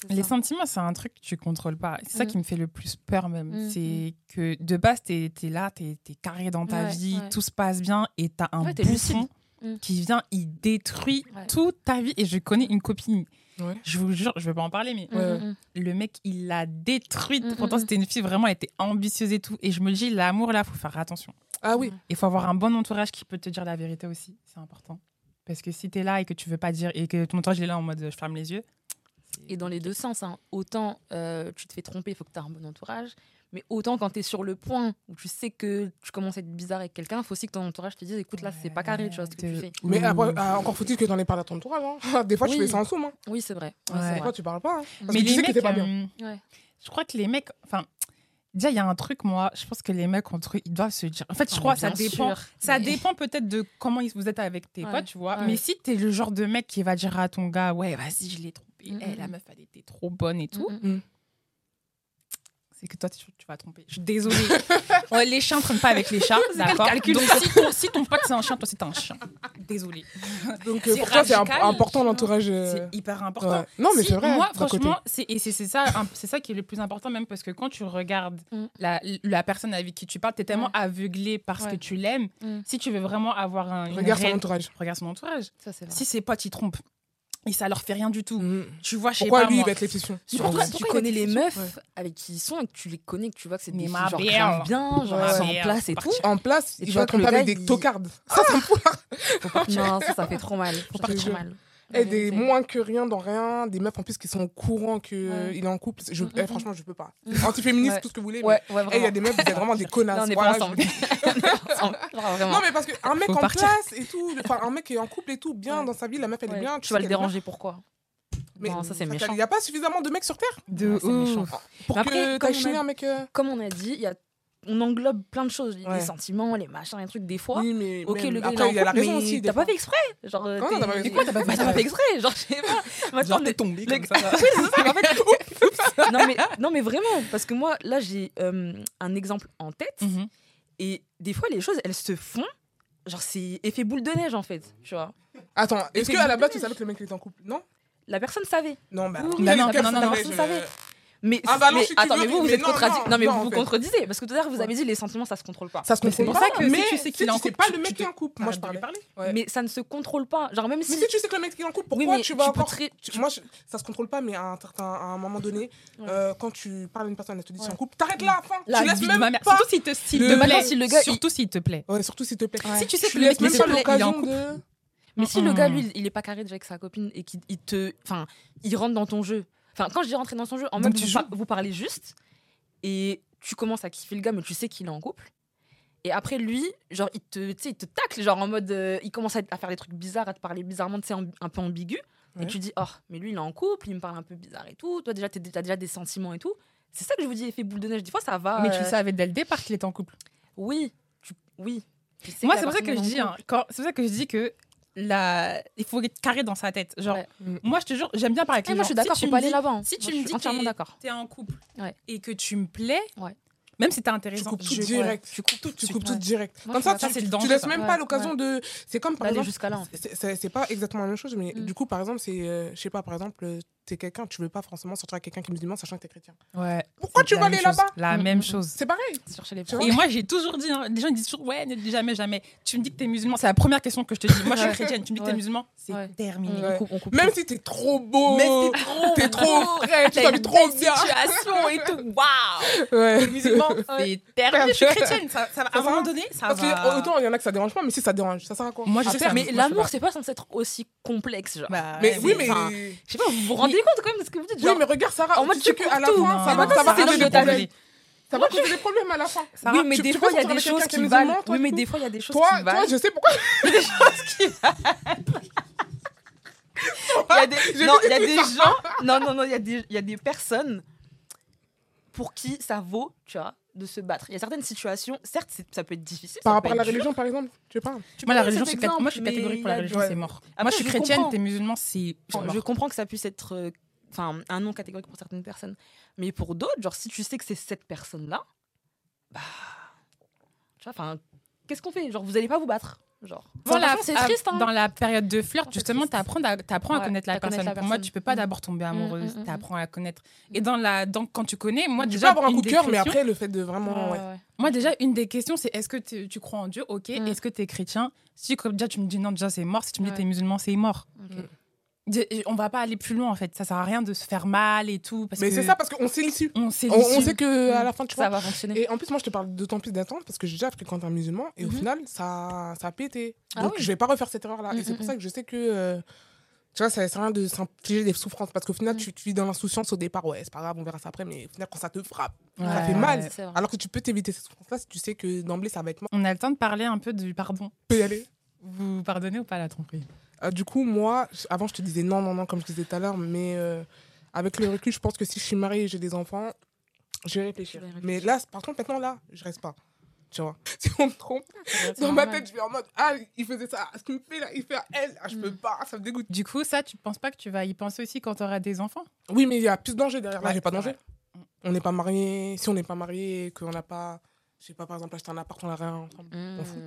Speaker 3: c'est
Speaker 2: Les
Speaker 3: ça.
Speaker 2: sentiments, c'est un truc que tu contrôles pas. C'est ça
Speaker 3: Mhm.
Speaker 2: qui me fait le plus peur, même.
Speaker 3: Mhm.
Speaker 2: C'est que de base, t'es es là, t'es es carré dans ta
Speaker 3: Ouais,
Speaker 2: vie,
Speaker 3: ouais.
Speaker 2: tout se passe bien et t'as un
Speaker 3: Ouais, t'es
Speaker 2: buisson
Speaker 3: Mhm.
Speaker 2: qui vient, il détruit
Speaker 3: Ouais.
Speaker 2: toute ta vie. Et je connais une copine,
Speaker 1: Ouais.
Speaker 2: je vous jure, je vais pas en parler, mais
Speaker 3: Mm,
Speaker 1: Ouais,
Speaker 3: mm, mm.
Speaker 2: le mec, il l'a détruite.
Speaker 3: Mhm,
Speaker 2: Pourtant,
Speaker 3: mhm.
Speaker 2: c'était une fille vraiment, elle était ambitieuse et tout. Et je me dis, l'amour, là, faut faire attention.
Speaker 1: Ah oui.
Speaker 2: Il faut avoir un bon entourage qui peut te dire la vérité aussi. C'est important. Parce que si t'es là et que tu veux pas dire et que ton entourage il est là en mode euh, je ferme les yeux.
Speaker 3: Et dans les deux sens, hein. autant euh, tu te fais tromper, il faut que tu aies un bon entourage, mais autant quand tu es sur le point où tu sais que tu commences à être bizarre avec quelqu'un, il faut aussi que ton entourage te dise écoute, là, c'est pas carré, tu vois, ce que tu
Speaker 2: Ouais,
Speaker 3: fais.
Speaker 2: de-
Speaker 1: Mais après,
Speaker 2: Ouh.
Speaker 1: ah, encore faut-il que t'en aies parlé à ton entourage. hein. Des fois, je
Speaker 3: Mm. Oui.
Speaker 1: fais ça en somme. hein.
Speaker 3: Oui, c'est vrai. Ouais,
Speaker 2: Ouais.
Speaker 3: c'est vrai.
Speaker 1: Parfois, tu parles pas. hein. Parce que
Speaker 2: Mais
Speaker 1: tu
Speaker 2: les
Speaker 1: sais que
Speaker 2: mecs,
Speaker 1: t'es pas bien.
Speaker 2: euh,
Speaker 3: Ouais.
Speaker 2: je crois que les mecs, enfin, déjà il y a un truc moi, je pense que les mecs entre eux, ils doivent se dire. En fait, je
Speaker 3: Ah,
Speaker 2: crois
Speaker 3: mais
Speaker 2: ça
Speaker 3: bien
Speaker 2: dépend.
Speaker 3: sûr.
Speaker 2: Ça
Speaker 3: Mais-
Speaker 2: dépend peut-être de comment ils- vous êtes avec tes
Speaker 3: Ouais,
Speaker 2: potes, tu vois.
Speaker 3: ouais.
Speaker 2: Mais si t'es le genre de mec qui va dire à ton gars, ouais, vas-y, je l'ai trompé.
Speaker 3: Mhm.
Speaker 2: Eh, la meuf, elle était trop bonne et tout.
Speaker 3: Mm, mm.
Speaker 2: C'est que toi, tu, tu vas tromper. Je suis désolée. Ouais, les chiens ne trompent pas avec les chats. d'accord Donc, si ton, si ton pote, c'est un chien, toi, c'est un chien. Désolée.
Speaker 1: Donc, euh,
Speaker 2: C'est
Speaker 1: pour toi, c'est
Speaker 2: radical.
Speaker 1: imp- important l'entourage. euh,
Speaker 2: C'est hyper important.
Speaker 1: ouais. Non, mais
Speaker 2: Si,
Speaker 1: c'est vrai.
Speaker 2: Moi,
Speaker 1: d'un côté.
Speaker 2: franchement, c'est et c'est c'est ça, un- c'est ça qui est le plus important même parce que quand tu regardes
Speaker 3: Mm.
Speaker 2: la, la personne avec qui tu parles, t'es tellement
Speaker 3: Ouais.
Speaker 2: aveuglé par ce
Speaker 3: Ouais.
Speaker 2: que tu l'aimes.
Speaker 3: Mm.
Speaker 2: Si tu veux vraiment avoir un une
Speaker 1: Regarde son
Speaker 2: réelle-
Speaker 1: entourage.
Speaker 2: regarde son entourage.
Speaker 3: Ça, c'est vrai.
Speaker 2: Si ses potes ils trompent et ça leur fait rien du tout,
Speaker 1: Mhm.
Speaker 2: tu vois, je sais
Speaker 1: Pourquoi
Speaker 2: pas
Speaker 1: lui, il
Speaker 2: moi.
Speaker 1: va être l'exception
Speaker 3: Surtout
Speaker 2: Ouais.
Speaker 3: si Mm. tu
Speaker 2: Pourquoi il y a des
Speaker 3: connais les meufs
Speaker 1: exceptions
Speaker 3: avec qui ils sont et que tu les connais, que tu vois que c'est
Speaker 2: Mais
Speaker 3: des filles
Speaker 2: ma
Speaker 3: genre
Speaker 2: belle.
Speaker 3: grave bien, genre
Speaker 1: Ma
Speaker 3: elles sont en
Speaker 2: belle,
Speaker 3: place et
Speaker 2: faut
Speaker 3: tout.
Speaker 1: En place,
Speaker 3: Et
Speaker 1: il
Speaker 3: tu
Speaker 1: va
Speaker 3: vois que le
Speaker 1: tromper avec
Speaker 3: gars,
Speaker 1: des
Speaker 3: il-
Speaker 1: tocardes. Ça, ça me fout.
Speaker 3: Non, ça, ça fait trop mal.
Speaker 1: Je
Speaker 3: Ça fait
Speaker 1: te
Speaker 3: trop
Speaker 1: jure.
Speaker 3: mal.
Speaker 1: Et des
Speaker 3: Vérité.
Speaker 1: moins que rien dans rien, des meufs en plus qui sont au courant qu'il
Speaker 3: Ouais.
Speaker 1: est en couple. Je,
Speaker 3: Mm,
Speaker 1: eh,
Speaker 3: mm,
Speaker 1: franchement, je peux pas.
Speaker 3: Mm.
Speaker 1: Antiféministe,
Speaker 3: Ouais.
Speaker 1: tout ce que vous voulez.
Speaker 3: Ouais, ouais,
Speaker 1: mais- Eh, il y a
Speaker 3: vraiment.
Speaker 1: des meufs, vous êtes vraiment des connasses.
Speaker 3: Là, on n'est
Speaker 1: Voilà,
Speaker 3: pas
Speaker 1: je-
Speaker 3: ensemble. Genre,
Speaker 1: Non,
Speaker 3: vraiment.
Speaker 1: mais parce qu'un mec
Speaker 2: Faut
Speaker 1: en
Speaker 2: partir.
Speaker 1: place et tout, enfin, un mec qui est en couple et tout, bien
Speaker 3: Ouais.
Speaker 1: dans sa vie, la meuf, elle est
Speaker 3: Ouais.
Speaker 1: bien.
Speaker 3: Tu
Speaker 1: sais
Speaker 3: vas le
Speaker 1: qu'elle est bien.
Speaker 3: déranger pourquoi
Speaker 1: Mais-
Speaker 3: Non, ça, c'est
Speaker 1: Enfin,
Speaker 3: méchant.
Speaker 1: Il n'y a pas suffisamment de mecs sur Terre
Speaker 2: De
Speaker 3: Ouais, c'est méchant.
Speaker 2: ouf.
Speaker 1: pour
Speaker 3: Mais après,
Speaker 1: que
Speaker 3: comme
Speaker 1: t'ailles
Speaker 3: on a
Speaker 1: chiner
Speaker 3: dit-
Speaker 1: un mec. euh,
Speaker 3: comme on a dit, il y a, on englobe plein de choses,
Speaker 1: Ouais.
Speaker 3: les sentiments, les machins, les trucs. Des fois,
Speaker 1: Oui, mais
Speaker 3: ok,
Speaker 1: même-
Speaker 3: le gars, il est en
Speaker 1: après, il y a la
Speaker 3: couple,
Speaker 1: raison
Speaker 3: mais
Speaker 1: aussi. des
Speaker 3: T'as pas
Speaker 1: fois.
Speaker 3: fait exprès. Genre, euh,
Speaker 1: Comment
Speaker 3: t'es-
Speaker 1: t'as pas fait
Speaker 3: Mais
Speaker 1: exprès
Speaker 3: t'as pas fait- t'as pas fait exprès Genre, je sais pas. Maintenant,
Speaker 2: Genre, t'es tombé
Speaker 3: le-
Speaker 2: comme ça.
Speaker 3: Oui, c'est ça, en fait. Oups. non, mais, non, mais vraiment, parce que moi, là, j'ai euh, un exemple en tête.
Speaker 2: Mhm.
Speaker 3: Et des fois, les choses, elles se font. Genre, c'est effet boule de neige, en fait. Tu vois
Speaker 1: Attends,
Speaker 3: Et
Speaker 1: est-ce
Speaker 3: c'est
Speaker 1: qu'à la base,
Speaker 3: dommage.
Speaker 1: tu savais que le mec il était en couple Non
Speaker 3: La personne savait.
Speaker 1: Non, bah.
Speaker 3: Oui,
Speaker 1: oui,
Speaker 2: non, non,
Speaker 1: personne
Speaker 2: non, non, non,
Speaker 1: savait,
Speaker 3: personne
Speaker 1: je-
Speaker 3: savait. Mais,
Speaker 1: Ah bah non,
Speaker 3: mais-
Speaker 1: je suis
Speaker 3: attends, mais
Speaker 1: curieux,
Speaker 3: vous, vous
Speaker 1: mais
Speaker 3: êtes
Speaker 1: non,
Speaker 3: contradictoires.
Speaker 1: non,
Speaker 3: Non, mais
Speaker 1: non,
Speaker 3: vous
Speaker 1: en
Speaker 3: vous
Speaker 1: fait.
Speaker 3: contredisez. Parce que tout à l'heure, vous avez dit les sentiments, ça se contrôle pas.
Speaker 1: Ça se
Speaker 2: Mais c'est
Speaker 1: comprend
Speaker 2: pour ça
Speaker 1: pas,
Speaker 2: que si
Speaker 1: mais
Speaker 2: tu sais qu'il est en
Speaker 1: sais
Speaker 2: couple,
Speaker 1: pas
Speaker 2: tu-
Speaker 1: le mec
Speaker 2: tu
Speaker 1: qui est en couple. Moi, je
Speaker 2: Arrête de lui
Speaker 1: parlais.
Speaker 2: parler.
Speaker 1: Ouais.
Speaker 3: Mais ça ne se contrôle pas. Genre, même
Speaker 1: Mais
Speaker 3: si.
Speaker 1: si tu sais que le mec qui est en couple,
Speaker 3: Oui,
Speaker 1: pourquoi
Speaker 3: mais
Speaker 1: tu vas
Speaker 3: tu peux
Speaker 1: encore
Speaker 3: très-
Speaker 1: tu- Moi, je- ça se contrôle pas, mais à un, certain, à un moment donné,
Speaker 3: Ouais.
Speaker 1: euh, quand tu parles à une personne, elle te dit c'est
Speaker 3: Ouais.
Speaker 1: en couple, t'arrêtes là, enfin,
Speaker 3: La
Speaker 1: tu laisses
Speaker 2: Vie de
Speaker 1: même
Speaker 2: ma mère.
Speaker 1: pas.
Speaker 2: Surtout s'il te, s'il
Speaker 1: Le-
Speaker 2: te plaît.
Speaker 3: si le gars, il-
Speaker 2: Surtout s'il te plaît.
Speaker 1: Ouais, surtout s'il te plaît.
Speaker 3: Ouais.
Speaker 2: Si tu sais que
Speaker 1: Tu
Speaker 2: le mec,
Speaker 1: laisses
Speaker 2: il
Speaker 1: même pas
Speaker 2: est en couple,
Speaker 1: l'occasion de.
Speaker 3: Mais si le
Speaker 2: Mm-mm.
Speaker 3: gars, lui, il est pas carré déjà avec sa copine et qu'il il te. Enfin, il rentre dans ton jeu. Enfin, quand je dis rentrer dans son jeu, en
Speaker 2: Donc
Speaker 3: mode
Speaker 2: tu
Speaker 3: vous,
Speaker 2: joues.
Speaker 3: par- vous parlez juste et tu commences à kiffer le gars, mais tu sais qu'il est en couple. Et après, lui, genre, il te, tu sais, il te tacle, genre en mode. euh, il commence à, à faire des trucs bizarres, à te parler bizarrement, tu sais, amb- un peu ambigu.
Speaker 1: Ouais.
Speaker 3: Et tu dis, oh, mais lui, il est en couple, il me parle un peu bizarre et tout. Toi, déjà, t'es- t'as déjà des sentiments et tout. C'est ça que je vous dis, effet boule de neige. Des fois, ça va.
Speaker 2: Mais tu
Speaker 3: euh,
Speaker 2: savais dès le départ qu'il était en couple.
Speaker 3: Oui. tu- oui. Tu sais
Speaker 2: Moi,
Speaker 3: la
Speaker 2: c'est pour ça que
Speaker 3: personne
Speaker 2: je
Speaker 3: est en
Speaker 2: dis, hein,
Speaker 3: couple.
Speaker 2: quand- c'est pour ça que je dis que la... il faut être carré dans sa tête. Genre,
Speaker 3: Ouais.
Speaker 1: Mm.
Speaker 2: moi, je te jure, j'aime bien parler avec
Speaker 3: Eh,
Speaker 2: les
Speaker 3: moi,
Speaker 2: gens.
Speaker 3: je suis d'accord,
Speaker 2: si tu
Speaker 3: faut
Speaker 2: me
Speaker 3: pas aller
Speaker 2: dis-
Speaker 3: là-bas.
Speaker 2: si tu
Speaker 3: Moi,
Speaker 2: me
Speaker 3: je suis
Speaker 2: dis
Speaker 3: entièrement
Speaker 2: que-
Speaker 3: d'accord.
Speaker 2: T'es en couple
Speaker 3: Ouais.
Speaker 2: et que tu me plais,
Speaker 3: Ouais.
Speaker 2: même si t'es
Speaker 1: Tu
Speaker 2: intéressant,
Speaker 1: coupes tout
Speaker 2: je-
Speaker 1: direct.
Speaker 3: Tu coupes tout.
Speaker 1: Tu
Speaker 2: Ouais.
Speaker 1: coupes tout direct.
Speaker 3: Moi,
Speaker 1: Comme
Speaker 3: je
Speaker 1: ça,
Speaker 3: suis
Speaker 1: tu,
Speaker 2: d'accord. Ça, c'est le
Speaker 1: tu
Speaker 2: danger,
Speaker 1: laisses
Speaker 2: ça.
Speaker 1: même
Speaker 3: Ouais,
Speaker 1: pas l'occasion de. C'est comme par
Speaker 3: D'aller
Speaker 1: exemple.
Speaker 3: jusqu'à là, en fait.
Speaker 1: c'est- C'est c'est pas exactement la même chose, mais
Speaker 3: Ah Mm.
Speaker 1: du coup, par exemple, c'est. euh, Je sais pas, par exemple, euh, t'es quelqu'un, tu veux pas forcément sortir avec quelqu'un qui est musulman, sachant que t'es chrétien.
Speaker 2: Ouais.
Speaker 1: Pourquoi
Speaker 2: c'est
Speaker 1: tu
Speaker 2: la
Speaker 1: vas
Speaker 2: même
Speaker 1: aller
Speaker 2: chose.
Speaker 1: là-bas
Speaker 2: La
Speaker 3: Mm,
Speaker 2: même
Speaker 3: mm,
Speaker 2: chose.
Speaker 1: C'est pareil.
Speaker 3: Chercher les
Speaker 1: Tu
Speaker 3: preuves.
Speaker 2: Et moi, j'ai toujours dit, hein, les gens ils disent toujours, ouais, ne dis jamais, jamais. Tu me dis que t'es musulman, c'est la première question que je te dis. Moi, je suis
Speaker 3: Ouais.
Speaker 2: chrétienne, tu me dis que
Speaker 3: Ouais.
Speaker 2: t'es musulman, c'est
Speaker 3: Ouais. Mm.
Speaker 2: terminé.
Speaker 1: Ouais.
Speaker 3: On coupe, on coupe.
Speaker 1: Même si t'es trop beau, t'es trop frais, Eh, tu
Speaker 3: T'as
Speaker 1: t'habilles
Speaker 3: une
Speaker 1: trop
Speaker 3: belle
Speaker 1: bien.
Speaker 3: situation et tout. Waouh.
Speaker 1: Ouais.
Speaker 2: Musulman,
Speaker 3: Ouais.
Speaker 2: c'est terminé. Je suis chrétienne. Ça, ça va, à
Speaker 1: Ça
Speaker 2: un
Speaker 1: va.
Speaker 2: moment donné, ça
Speaker 1: Parce
Speaker 2: va.
Speaker 1: que autant il y en a que ça dérange pas, mais si ça dérange, ça sert à quoi
Speaker 2: Moi, je sais que ça me-
Speaker 3: Mais
Speaker 2: moi, je
Speaker 3: l'amour,
Speaker 2: sais
Speaker 3: c'est pas censé être aussi complexe, genre.
Speaker 2: pas. Bah,
Speaker 1: Mais
Speaker 2: ouais,
Speaker 1: oui, mais.
Speaker 3: enfin,
Speaker 1: Oui,
Speaker 3: Je sais pas, vous vous rendez compte quand même de ce que vous dites, genre.
Speaker 1: mais regarde, Sarah,
Speaker 3: en mode,
Speaker 1: tu
Speaker 3: tu
Speaker 1: sais qu'à la
Speaker 3: coupes tout. hein.
Speaker 1: fin, ça
Speaker 3: Non,
Speaker 1: va
Speaker 3: non,
Speaker 1: ça va
Speaker 3: c'est
Speaker 1: causer
Speaker 3: l'homme
Speaker 1: des
Speaker 3: de ta
Speaker 1: problèmes.
Speaker 3: vie.
Speaker 1: Ça va causer des problèmes à la fin.
Speaker 3: oui, mais
Speaker 1: tu-
Speaker 3: des
Speaker 1: tu
Speaker 3: fois,
Speaker 1: peux
Speaker 3: il y a
Speaker 1: sortir
Speaker 3: des
Speaker 1: avec
Speaker 3: choses
Speaker 1: quelqu'un qui
Speaker 3: qui
Speaker 1: est
Speaker 3: valent.
Speaker 1: musulman, toi,
Speaker 3: Oui, mais
Speaker 1: et
Speaker 3: des fois, il y a des choses
Speaker 1: Toi,
Speaker 3: qui
Speaker 1: toi,
Speaker 3: valent.
Speaker 1: je sais pourquoi.
Speaker 3: Il y a des,
Speaker 1: J'ai
Speaker 3: non,
Speaker 1: vu
Speaker 3: il y a
Speaker 1: des
Speaker 3: des gens. Non, non, non, il y, a des- il y a des personnes pour qui ça vaut, tu vois, de se battre. Il y a certaines situations, certes, c'est- ça peut être difficile.
Speaker 1: Par
Speaker 3: ça peut
Speaker 1: rapport à la
Speaker 3: être dur.
Speaker 1: religion, par exemple, tu parles.
Speaker 2: Tu moi, la
Speaker 3: prends
Speaker 2: religion,
Speaker 3: cet
Speaker 2: c'est cat-
Speaker 3: exemple,
Speaker 2: moi, je suis
Speaker 3: mais
Speaker 2: catégorique pour la
Speaker 3: il y a-
Speaker 2: religion,
Speaker 1: ouais.
Speaker 2: c'est mort. moi,
Speaker 3: Après,
Speaker 2: je suis
Speaker 3: je
Speaker 2: chrétienne,
Speaker 3: comprends.
Speaker 2: t'es musulman, c'est c'est
Speaker 3: Je
Speaker 2: mort.
Speaker 3: comprends que ça puisse être euh, enfin un nom catégorique pour certaines personnes. Mais pour d'autres, genre, si tu sais que c'est cette personne-là, bah. Tu vois, enfin, qu'est-ce qu'on fait Genre, vous allez pas vous battre. Genre.
Speaker 2: Dans la-
Speaker 3: Franchement, c'est
Speaker 2: à-
Speaker 3: triste, hein.
Speaker 2: Dans la période de flirt,
Speaker 3: Franchement, c'est
Speaker 2: justement,
Speaker 3: triste.
Speaker 2: t'apprends à, t'apprends à
Speaker 3: Ouais,
Speaker 2: connaître la
Speaker 3: t'apprends à
Speaker 2: personne.
Speaker 3: connaître la
Speaker 2: Pour moi,
Speaker 3: personne.
Speaker 2: tu peux pas
Speaker 3: Mm.
Speaker 2: d'abord tomber amoureuse.
Speaker 3: mm, mm, mm.
Speaker 2: T'apprends à connaître. Et dans la, dans, quand tu connais, moi,
Speaker 1: Tu peux
Speaker 2: déjà,
Speaker 1: avoir un
Speaker 2: une
Speaker 1: coup de
Speaker 2: des
Speaker 1: cœur, mais
Speaker 2: questions-
Speaker 1: après, le fait de vraiment. ouais.
Speaker 2: Moi, déjà, une des questions, c'est est-ce que t'es- tu crois en Dieu Ok.
Speaker 3: Mm.
Speaker 2: Est-ce que tu es chrétien Si comme déjà tu me dis non, déjà c'est mort. Si tu me dis
Speaker 3: Ouais.
Speaker 2: t'es musulman, c'est mort.
Speaker 3: Ok.
Speaker 1: Mm.
Speaker 2: De- on va pas aller plus loin en fait. Ça sert à rien de se faire mal et tout. Parce
Speaker 1: Mais
Speaker 2: que
Speaker 1: c'est ça, parce qu'on sait l'issue.
Speaker 2: On sait
Speaker 1: On, on
Speaker 2: l'issue.
Speaker 1: sait que à la fin, tu
Speaker 3: Mm. Ça
Speaker 1: vois.
Speaker 3: va fonctionner.
Speaker 1: Et en plus, moi, je te parle d'autant plus d'attente parce que j'ai déjà fréquenté un musulman et au
Speaker 3: Mhm.
Speaker 1: final, ça, ça a pété.
Speaker 3: Ah
Speaker 1: Donc,
Speaker 3: oui.
Speaker 1: je vais pas refaire cette erreur-là.
Speaker 3: Mm,
Speaker 1: Et c'est
Speaker 3: mm,
Speaker 1: pour
Speaker 3: mm.
Speaker 1: ça que je sais que. euh, tu vois, ça sert à rien de s'infliger des souffrances parce qu'au final,
Speaker 3: Mm.
Speaker 1: tu, tu vis dans l'insouciance au départ. Ouais, c'est pas grave, on verra ça après, mais au final, quand ça te frappe, ça
Speaker 2: Ouais.
Speaker 1: fait mal. Ah,
Speaker 3: C'est vrai.
Speaker 1: Alors que tu peux t'éviter ces souffrances-là si tu sais que d'emblée, ça va être mort.
Speaker 2: On a le temps de parler un peu du pardon.
Speaker 1: Tu peux y aller.
Speaker 2: Vous pardonnez ou pas la tromperie
Speaker 1: Euh, du coup, moi, j- avant, je te disais non, non, non, comme je disais tout à l'heure, mais euh, avec le recul, je pense que si je suis mariée et j'ai des enfants, je vais réfléchir.
Speaker 3: Tu vas y
Speaker 1: Mais
Speaker 3: réfléchir.
Speaker 1: là, par contre, maintenant, là, je reste pas. Tu vois, si on me trompe,
Speaker 3: C'est
Speaker 1: dans ma
Speaker 3: normal.
Speaker 1: tête, je vais en mode Ah, il faisait ça, ce qu'il me fait là, il fait à elle, ah, je peux
Speaker 3: Mm.
Speaker 1: pas, ça me dégoûte.
Speaker 2: Du coup, ça, tu penses pas que tu vas y penser aussi quand tu auras des enfants
Speaker 1: Oui, mais il y a plus de danger derrière. Là,
Speaker 2: Ouais,
Speaker 1: j'ai pas de
Speaker 2: c'est
Speaker 1: danger. On n'est pas mariés, si on n'est pas mariés, et qu'on n'a pas, je sais pas, par exemple, acheté un appart, on n'a rien ensemble.
Speaker 3: Mm.
Speaker 1: On fout.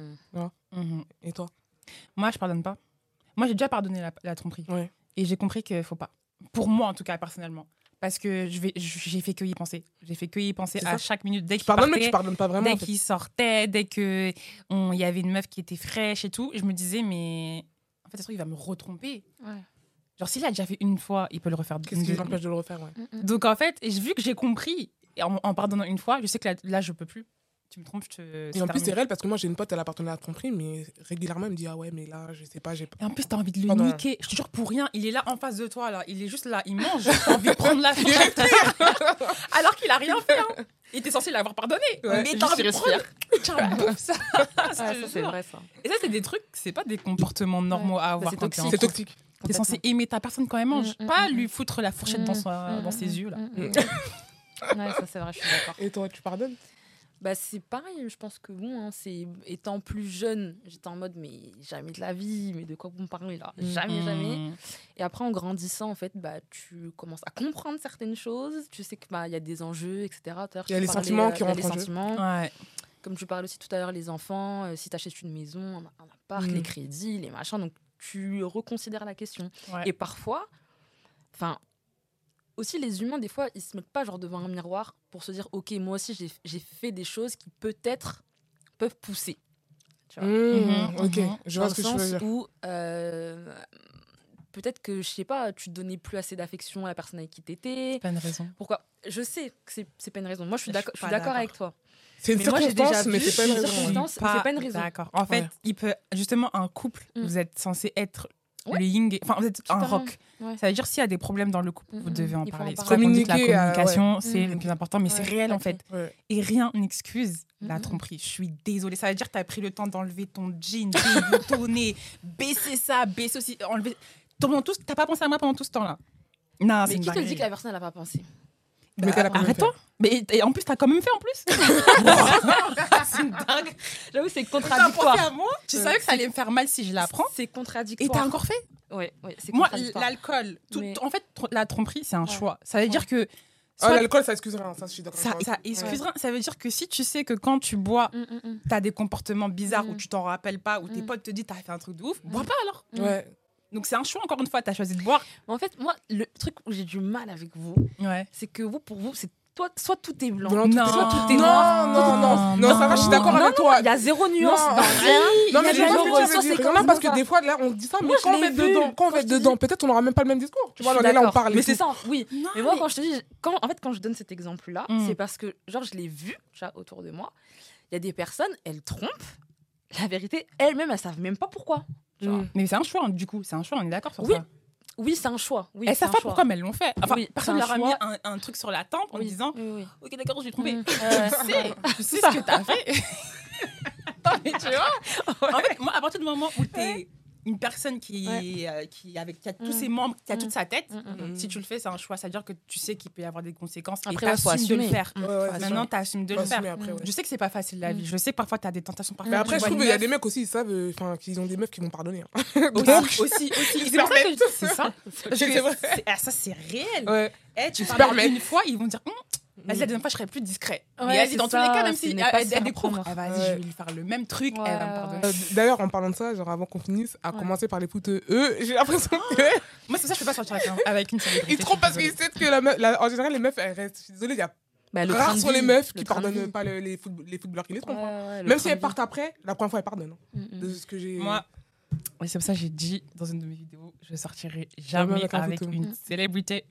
Speaker 2: Mhm.
Speaker 1: Et toi
Speaker 2: Moi, je pardonne pas. Moi, j'ai déjà pardonné la, la tromperie.
Speaker 1: Ouais.
Speaker 2: Et j'ai compris qu'il faut pas. Pour moi, en tout cas, personnellement. Parce que je vais- je- j'ai fait que y penser. J'ai fait que y penser
Speaker 1: C'est
Speaker 2: à
Speaker 1: ça.
Speaker 2: chaque minute. Dès qu'il
Speaker 1: Pardonne, mais
Speaker 2: partait,
Speaker 1: tu pardonnes pas vraiment.
Speaker 2: dès
Speaker 1: en fait.
Speaker 2: qu'il sortait, dès que on- il y avait une meuf qui était fraîche et tout, je me disais mais en fait, ça se trouve, il va me retromper.
Speaker 3: Ouais.
Speaker 2: Genre s'il a déjà fait une fois, il peut le refaire.
Speaker 1: Qu'est-ce
Speaker 2: une
Speaker 1: qui
Speaker 2: deuxième.
Speaker 1: t'empêche de le refaire ouais.
Speaker 3: Mm, mm.
Speaker 2: Donc en fait, et j'ai- vu que j'ai compris et en, en pardonnant une fois, je sais que là, là, je peux plus. Tu me trompes, je te.
Speaker 1: Et en
Speaker 2: terminé.
Speaker 1: plus, c'est réel parce que moi, j'ai une pote, elle appartenait à tromperie, mais régulièrement, elle me dit Ah ouais, mais là, je sais pas, j'ai pas.
Speaker 2: Et en plus, t'as envie de le
Speaker 1: Pardon.
Speaker 2: niquer. Je te jure, pour rien, il est là en face de toi, là. Il est juste là, il mange. T'as envie de prendre la fourchette. Alors qu'il a rien fait. hein. Il était censé l'avoir pardonné.
Speaker 1: Ouais.
Speaker 2: mais
Speaker 3: Juste,
Speaker 2: t'as envie
Speaker 3: il
Speaker 2: de
Speaker 3: respire.
Speaker 2: prendre. Tiens, bouffe ça.
Speaker 3: Ouais,
Speaker 2: Je te
Speaker 3: ça, c'est
Speaker 2: jure.
Speaker 3: vrai, ça.
Speaker 2: Et ça, c'est des trucs, c'est pas des comportements normaux à avoir.
Speaker 3: c'est
Speaker 2: quand
Speaker 1: C'est
Speaker 2: t'es
Speaker 3: toxique.
Speaker 2: enfant.
Speaker 1: toxique.
Speaker 2: T'es censé aimer ta personne quand elle mange,
Speaker 3: Mm, mm,
Speaker 2: pas
Speaker 3: mm,
Speaker 2: lui foutre la fourchette dans, son-
Speaker 3: Mm,
Speaker 2: dans
Speaker 3: mm,
Speaker 2: ses
Speaker 3: mm,
Speaker 2: yeux là.
Speaker 3: mm, mm, mm. ouais, ça c'est vrai, je suis d'accord.
Speaker 1: Et toi, tu pardonnes
Speaker 3: Bah, c'est pareil, je pense que bon, hein, c'est étant plus jeune, j'étais en mode mais jamais de la vie, mais de quoi vous me parlez là Jamais, jamais.
Speaker 2: Mm.
Speaker 3: Et après, en grandissant, en fait, bah, tu commences à comprendre certaines choses. Tu sais que bah, il y a des enjeux, etc. Tout à l'heure,
Speaker 1: Il
Speaker 3: je
Speaker 1: y a
Speaker 3: te
Speaker 1: les
Speaker 3: parlais, euh,
Speaker 1: sentiments qui
Speaker 3: il y a
Speaker 1: rentrent
Speaker 3: les
Speaker 1: en jeu. Ah.
Speaker 3: sentiments.
Speaker 2: Ouais.
Speaker 3: Comme tu parles aussi tout à l'heure, les enfants, euh, si tu achètes une maison, un, un appart,
Speaker 1: Mm.
Speaker 3: les crédits, les machins. Donc, tu reconsidères la question.
Speaker 2: Ouais.
Speaker 3: Et parfois, enfin, aussi les humains, des fois, ils se mettent pas genre devant un miroir pour se dire, ok, moi aussi, j'ai- j'ai fait des choses qui peut-être peuvent pousser. Tu vois.
Speaker 1: Mmh,
Speaker 2: Mhm,
Speaker 1: Ok, je
Speaker 2: mhm.
Speaker 3: Mm-hmm, Dans
Speaker 1: vois
Speaker 3: le
Speaker 1: ce que tu
Speaker 3: sens
Speaker 1: veux dire.
Speaker 3: où euh, peut-être que, je sais pas, tu donnais plus assez d'affection à la personne avec qui t'étais.
Speaker 2: Pas une raison.
Speaker 3: Pourquoi Je sais que c'est c'est pas une raison. Moi, je suis
Speaker 2: Je suis
Speaker 3: d'accord je suis
Speaker 2: pas
Speaker 3: d'accord
Speaker 2: d'accord.
Speaker 3: avec toi.
Speaker 1: C'est une
Speaker 3: Mais moi, j'ai déjà
Speaker 1: circonstance, mais
Speaker 3: vu
Speaker 1: c'est pas une
Speaker 3: plusieurs
Speaker 1: raison. ouais.
Speaker 3: circonstances. mais c'est pas une raison.
Speaker 2: D'accord. En fait,
Speaker 1: Ouais.
Speaker 2: il peut justement un couple,
Speaker 3: Mm.
Speaker 2: vous êtes censé être
Speaker 3: Ouais.
Speaker 2: le yin. et- Enfin, vous êtes un
Speaker 3: Totalement.
Speaker 2: rock.
Speaker 3: Ouais.
Speaker 2: Ça veut dire s'il y a des problèmes dans le couple,
Speaker 3: Mm,
Speaker 2: vous
Speaker 3: mm,
Speaker 2: devez en
Speaker 3: il faut en
Speaker 2: parler. C'est pour ça
Speaker 3: parler.
Speaker 2: qu'on dit que la
Speaker 1: Communiquer, euh, ouais.
Speaker 2: communication, c'est
Speaker 3: Mm.
Speaker 2: le plus important, mais c'est
Speaker 3: Ouais,
Speaker 2: réel
Speaker 3: tout à
Speaker 2: en fait.
Speaker 1: Ouais.
Speaker 2: Et rien n'excuse la
Speaker 3: Mhm.
Speaker 2: tromperie. Je suis désolée. Ça veut dire que tu as pris le temps d'enlever ton jean, déboutonner, baisser ça, baisser aussi, enlever. Pendant tout, ce- t'as pas pensé à moi pendant tout ce temps-là.
Speaker 1: Ah,
Speaker 2: Non, c'est
Speaker 3: Mais
Speaker 2: une
Speaker 3: qui te dit
Speaker 2: dinguerie.
Speaker 3: que la Ah, personne elle a pas pensé
Speaker 1: Mais t'as la
Speaker 2: Bah,
Speaker 1: première
Speaker 2: Arrête-toi. Mais et en plus, t'as quand même fait en plus. c'est une dingue.
Speaker 3: J'avoue, c'est
Speaker 2: T'as pensé
Speaker 3: contradictoire.
Speaker 2: à moi. Tu
Speaker 3: Euh,
Speaker 2: savais que ça allait me faire mal si je la prends.
Speaker 3: C'est contradictoire.
Speaker 2: Et t'as encore fait.
Speaker 3: Ouais, ouais, c'est
Speaker 2: Moi,
Speaker 3: contradictoire.
Speaker 2: l'alcool. tout-
Speaker 3: Mais-
Speaker 2: En fait, tr- la tromperie, c'est un
Speaker 3: Ouais.
Speaker 2: choix. Ça veut
Speaker 3: Ouais. Oh
Speaker 2: dire que.
Speaker 1: Ah,
Speaker 2: soit-
Speaker 1: l'alcool, ça excuse rien, ça, je suis d'accord.
Speaker 2: ça,
Speaker 1: avec toi.
Speaker 2: ça excuse rien. Ça veut dire que si tu sais que quand tu bois,
Speaker 3: Mm, mm, mm.
Speaker 2: t'as des comportements bizarres
Speaker 3: Mm.
Speaker 2: où tu t'en rappelles pas, où tes
Speaker 3: Mm.
Speaker 2: potes te disent t'as fait un truc de ouf,
Speaker 3: Mm.
Speaker 2: bois pas alors.
Speaker 3: Mm.
Speaker 1: Ouais.
Speaker 2: Donc c'est un choix, encore une fois, tu as choisi de boire.
Speaker 3: En fait, moi, le truc où j'ai du mal avec vous,
Speaker 2: Ouais.
Speaker 3: c'est que vous, pour vous, c'est toi, soit tout est blanc,
Speaker 1: Blanc, tout est-
Speaker 3: soit tout est
Speaker 1: non,
Speaker 3: noir.
Speaker 1: non, non, non, non, ça va, je suis d'accord
Speaker 3: Non,
Speaker 1: avec toi.
Speaker 3: Il y a zéro nuance
Speaker 1: Non.
Speaker 3: dans
Speaker 1: Non,
Speaker 3: rien. Il y a
Speaker 1: mais je
Speaker 3: des
Speaker 1: vois ce
Speaker 3: gens
Speaker 1: que tu veux
Speaker 3: sur
Speaker 1: dire.
Speaker 3: ces
Speaker 1: Non, parce que
Speaker 3: commentaires.
Speaker 1: des fois, là, on dit ça, mais
Speaker 3: Moi, je
Speaker 1: quand on
Speaker 3: l'ai
Speaker 1: va être
Speaker 3: vu.
Speaker 1: dedans, quand on
Speaker 3: Quand
Speaker 1: va être
Speaker 3: je te
Speaker 1: dedans,
Speaker 3: dis-
Speaker 1: peut-être on n'aura même pas le même discours. Tu vois,
Speaker 3: Je
Speaker 1: là,
Speaker 3: suis
Speaker 1: on est là, on
Speaker 3: d'accord.
Speaker 1: parle. et
Speaker 3: Mais c'est
Speaker 1: tout.
Speaker 3: ça, oui.
Speaker 2: Non,
Speaker 3: Mais moi, quand je te dis, quand, en fait, quand je donne cet exemple-là,
Speaker 2: Mm.
Speaker 3: c'est parce que, genre, je l'ai vu déjà autour de moi. Il y a des personnes, elles trompent. La vérité, elles-mêmes, elles savent même pas pourquoi. Genre,
Speaker 1: Mm.
Speaker 2: mais c'est un choix, hein, du coup. C'est un choix, on est d'accord sur
Speaker 3: Oui,
Speaker 2: ça.
Speaker 3: Oui, c'est un choix. Oui,
Speaker 2: Elles
Speaker 3: c'est un
Speaker 2: savent pas
Speaker 3: choix.
Speaker 2: pourquoi, mais elles l'ont fait. Enfin,
Speaker 3: Oui,
Speaker 2: personne
Speaker 3: c'est un
Speaker 2: leur a mis
Speaker 3: choix.
Speaker 2: un, un truc sur la tempe en
Speaker 3: Oui.
Speaker 2: disant
Speaker 3: Oui, oui.
Speaker 2: Ok, d'accord, je vais trouver.
Speaker 3: Mm.
Speaker 2: Tu sais, tu sais ce que t'as fait. Attends, mais tu vois En fait, moi, à partir du moment où t'es une personne qui, est, euh, qui, est avec, qui a tous
Speaker 3: Mm.
Speaker 2: ses membres, qui a
Speaker 3: Mm.
Speaker 2: toute sa tête,
Speaker 3: Mm,
Speaker 1: mm.
Speaker 2: si tu le fais, c'est un choix. Ça veut dire que tu sais qu'il peut y avoir des conséquences
Speaker 3: Après,
Speaker 2: et
Speaker 3: ouais, faut
Speaker 2: t'assumes de le
Speaker 3: assumer.
Speaker 2: faire.
Speaker 3: Mm.
Speaker 1: Ouais, ouais, c'est
Speaker 2: Maintenant, t'assumes de le
Speaker 1: Assumer
Speaker 2: faire.
Speaker 1: après, ouais.
Speaker 2: Je sais que c'est pas facile la vie.
Speaker 3: Mm.
Speaker 2: Je sais que parfois t'as des tentations parfois.
Speaker 1: Mais après, je
Speaker 2: tu vois
Speaker 1: trouve qu'il
Speaker 2: une
Speaker 1: y a
Speaker 2: meuf-
Speaker 1: des mecs aussi, ils savent, euh, enfin, qu'ils ont des meufs qui vont pardonner. hein.
Speaker 2: aussi, aussi, aussi. C'est pour ça que je dis c'est ça. Parce
Speaker 1: C'est vrai.
Speaker 2: que c'est- ah, ça, c'est réel.
Speaker 1: Ouais.
Speaker 2: Eh, tu
Speaker 1: Ils se
Speaker 2: parles à elle
Speaker 1: permettent.
Speaker 2: une fois, ils vont dire Hum, Vas-y, la
Speaker 1: Mm.
Speaker 2: deuxième fois, je serai plus discret.
Speaker 3: Ouais,
Speaker 2: mais vas-y,
Speaker 3: c'est
Speaker 2: dans tous
Speaker 3: ça,
Speaker 2: les cas, même
Speaker 3: ce
Speaker 2: si
Speaker 3: n'est
Speaker 2: elle,
Speaker 3: pas
Speaker 2: elle
Speaker 3: se faire
Speaker 2: découvre,
Speaker 3: prendre.
Speaker 2: elle va,
Speaker 1: Ouais.
Speaker 2: je vais lui faire le même truc,
Speaker 3: Ouais,
Speaker 2: elle va me
Speaker 3: ouais,
Speaker 2: pardonner.
Speaker 3: ouais.
Speaker 1: Euh, D'ailleurs, en parlant de ça, genre avant qu'on finisse, à
Speaker 3: Ouais.
Speaker 1: commencer par les putes, eux, j'ai l'impression qu'ils
Speaker 2: Moi, c'est pour ça que je peux pas sortir avec, un- avec une célébrité. je suis
Speaker 1: trompent parce qu'ils
Speaker 2: désolée.
Speaker 1: savent que, la meuf- la- en général, les meufs, elles restent. Je suis désolée, il y a
Speaker 3: Bah, le train
Speaker 1: rares
Speaker 3: de
Speaker 1: sont les
Speaker 3: vie,
Speaker 1: meufs
Speaker 3: le
Speaker 1: qui
Speaker 3: train de vie.
Speaker 1: pardonnent pas le- les footb- les footballeurs qui les trompent.
Speaker 3: Ouais,
Speaker 1: hein.
Speaker 3: ouais,
Speaker 1: Même
Speaker 3: le train
Speaker 1: si
Speaker 3: de
Speaker 1: elles
Speaker 3: vie.
Speaker 1: partent après, la première fois, elles pardonnent. hein.
Speaker 3: Mm, mm.
Speaker 1: De ce que j'ai.
Speaker 2: Moi, ouais, c'est pour ça que j'ai dit dans une de mes vidéos je sortirai
Speaker 1: Jamais
Speaker 2: jamais
Speaker 1: avec un
Speaker 2: avec
Speaker 1: photo.
Speaker 2: une
Speaker 3: Mm.
Speaker 2: célébrité.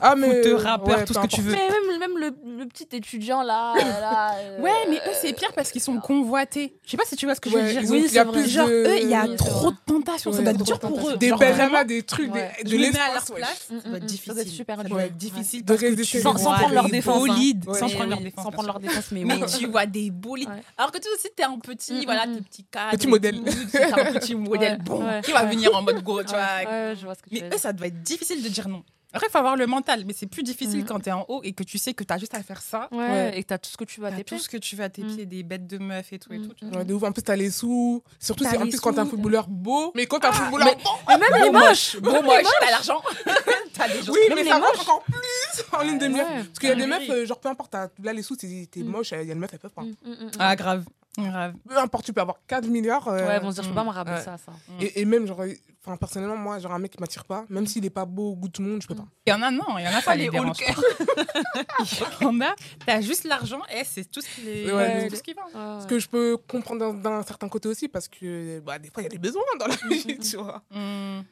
Speaker 1: ah,
Speaker 2: foot,
Speaker 1: euh,
Speaker 2: rappeur,
Speaker 1: ouais,
Speaker 2: tout ce que tu veux.
Speaker 3: Mais même, même le, le petit étudiant là. euh, là euh,
Speaker 2: Ouais, mais eux, c'est pire parce qu'ils sont convoités. Je sais pas si tu vois ce que
Speaker 1: Ouais, ils
Speaker 2: je veux dire.
Speaker 1: ont-
Speaker 3: Oui,
Speaker 1: il y a
Speaker 3: c'est
Speaker 1: plus
Speaker 3: vrai.
Speaker 2: Genre,
Speaker 1: de-
Speaker 2: eux, il y a
Speaker 3: Ouais.
Speaker 2: trop de tentations.
Speaker 1: Ouais,
Speaker 2: ça doit être
Speaker 1: trop
Speaker 2: dur
Speaker 1: de
Speaker 2: pour eux.
Speaker 1: Des
Speaker 2: Genre,
Speaker 1: Benjamin,
Speaker 2: vraiment,
Speaker 1: des trucs, des-
Speaker 3: Ouais.
Speaker 1: de
Speaker 2: je me mets
Speaker 1: l'espace.
Speaker 2: à leur
Speaker 1: ouais.
Speaker 2: place.
Speaker 3: Mm,
Speaker 2: Ça doit être
Speaker 3: mm,
Speaker 2: difficile.
Speaker 3: Ça doit être super
Speaker 2: Ça
Speaker 3: dur.
Speaker 2: doit être difficile
Speaker 1: De
Speaker 2: parce que
Speaker 1: résister.
Speaker 2: tu
Speaker 1: Sans-
Speaker 2: vois
Speaker 1: sans prendre
Speaker 2: des
Speaker 1: leur
Speaker 3: défense, hein.
Speaker 2: bolides,
Speaker 1: Ouais.
Speaker 2: sans
Speaker 3: Mais
Speaker 2: prendre leur
Speaker 3: oui,
Speaker 2: défense.
Speaker 3: Sans prendre leur défense, mais
Speaker 2: Mais
Speaker 3: oui.
Speaker 2: tu vois des bolides.
Speaker 3: Ouais.
Speaker 2: Alors que toi aussi, t'es un petit,
Speaker 3: Mm,
Speaker 2: voilà,
Speaker 3: mm,
Speaker 2: t'es
Speaker 3: mm.
Speaker 2: petit cadre.
Speaker 1: Petit
Speaker 2: et
Speaker 1: modèle.
Speaker 2: tout, T'es un petit modèle bon
Speaker 3: ouais,
Speaker 2: qui va
Speaker 3: ouais.
Speaker 2: venir en mode go, tu
Speaker 3: Ouais,
Speaker 2: vois.
Speaker 3: ouais, je vois ce que tu
Speaker 2: Mais
Speaker 3: veux
Speaker 2: eux,
Speaker 3: dire.
Speaker 2: ça doit être difficile de dire non. Après, il faut avoir le mental, mais c'est plus difficile
Speaker 3: Mhm.
Speaker 2: quand t'es en haut et que tu sais que t'as juste à faire ça.
Speaker 3: Ouais,
Speaker 1: Ouais.
Speaker 3: et que t'as tout ce que tu vas
Speaker 2: T'as
Speaker 3: taper.
Speaker 2: tout ce que tu veux à tes
Speaker 3: Mhm.
Speaker 2: pieds, des bêtes de meufs et tout. Et
Speaker 3: Mhm.
Speaker 2: tout tu vois.
Speaker 1: Ouais, de ouf. En plus, t'as les sous. Surtout,
Speaker 2: T'as
Speaker 1: c'est en
Speaker 2: les
Speaker 1: plus quand t'as un
Speaker 2: sous.
Speaker 1: footballeur beau. Mais quand t'as un footballeur
Speaker 3: Mais- Mais même les moches
Speaker 2: Bon, moi, t'as l'argent. t'as des gens.
Speaker 1: Oui,
Speaker 3: Même
Speaker 1: mais
Speaker 3: les
Speaker 1: ça marche
Speaker 3: moches.
Speaker 1: encore plus en une demi-heure.
Speaker 3: Ouais.
Speaker 1: Parce qu'il y a des
Speaker 2: Ouais.
Speaker 1: meufs, euh, genre peu importe, t'as- là les sous, t'es t'es
Speaker 3: Mm.
Speaker 1: moche, il y a des meufs, elles peuvent pas.
Speaker 3: Mm, mm, mm, mm.
Speaker 2: Ah, grave. Grave.
Speaker 1: Peu importe, tu peux avoir 4 milliards. euh,
Speaker 3: Ouais, ils vont se dire, je peux pas me
Speaker 1: Ouais.
Speaker 3: rabaisser ça, ça.
Speaker 1: et, et même, genre, euh, enfin, personnellement, moi, genre un mec qui m'attire pas, même s'il est pas beau au goût de tout le monde, je peux pas.
Speaker 2: Il y en a, non, il y en a
Speaker 3: Ah,
Speaker 2: pas les
Speaker 3: les
Speaker 2: dérange pas. Il y en a, t'as juste l'argent et c'est tout ce qui les-
Speaker 1: Ouais,
Speaker 2: c'est
Speaker 1: les-
Speaker 2: tout ce qui va.
Speaker 1: Ce que je peux comprendre d'un- d'un certain côté aussi, parce que bah, des fois, il y a des besoins dans la vie, tu vois.
Speaker 2: Hmm.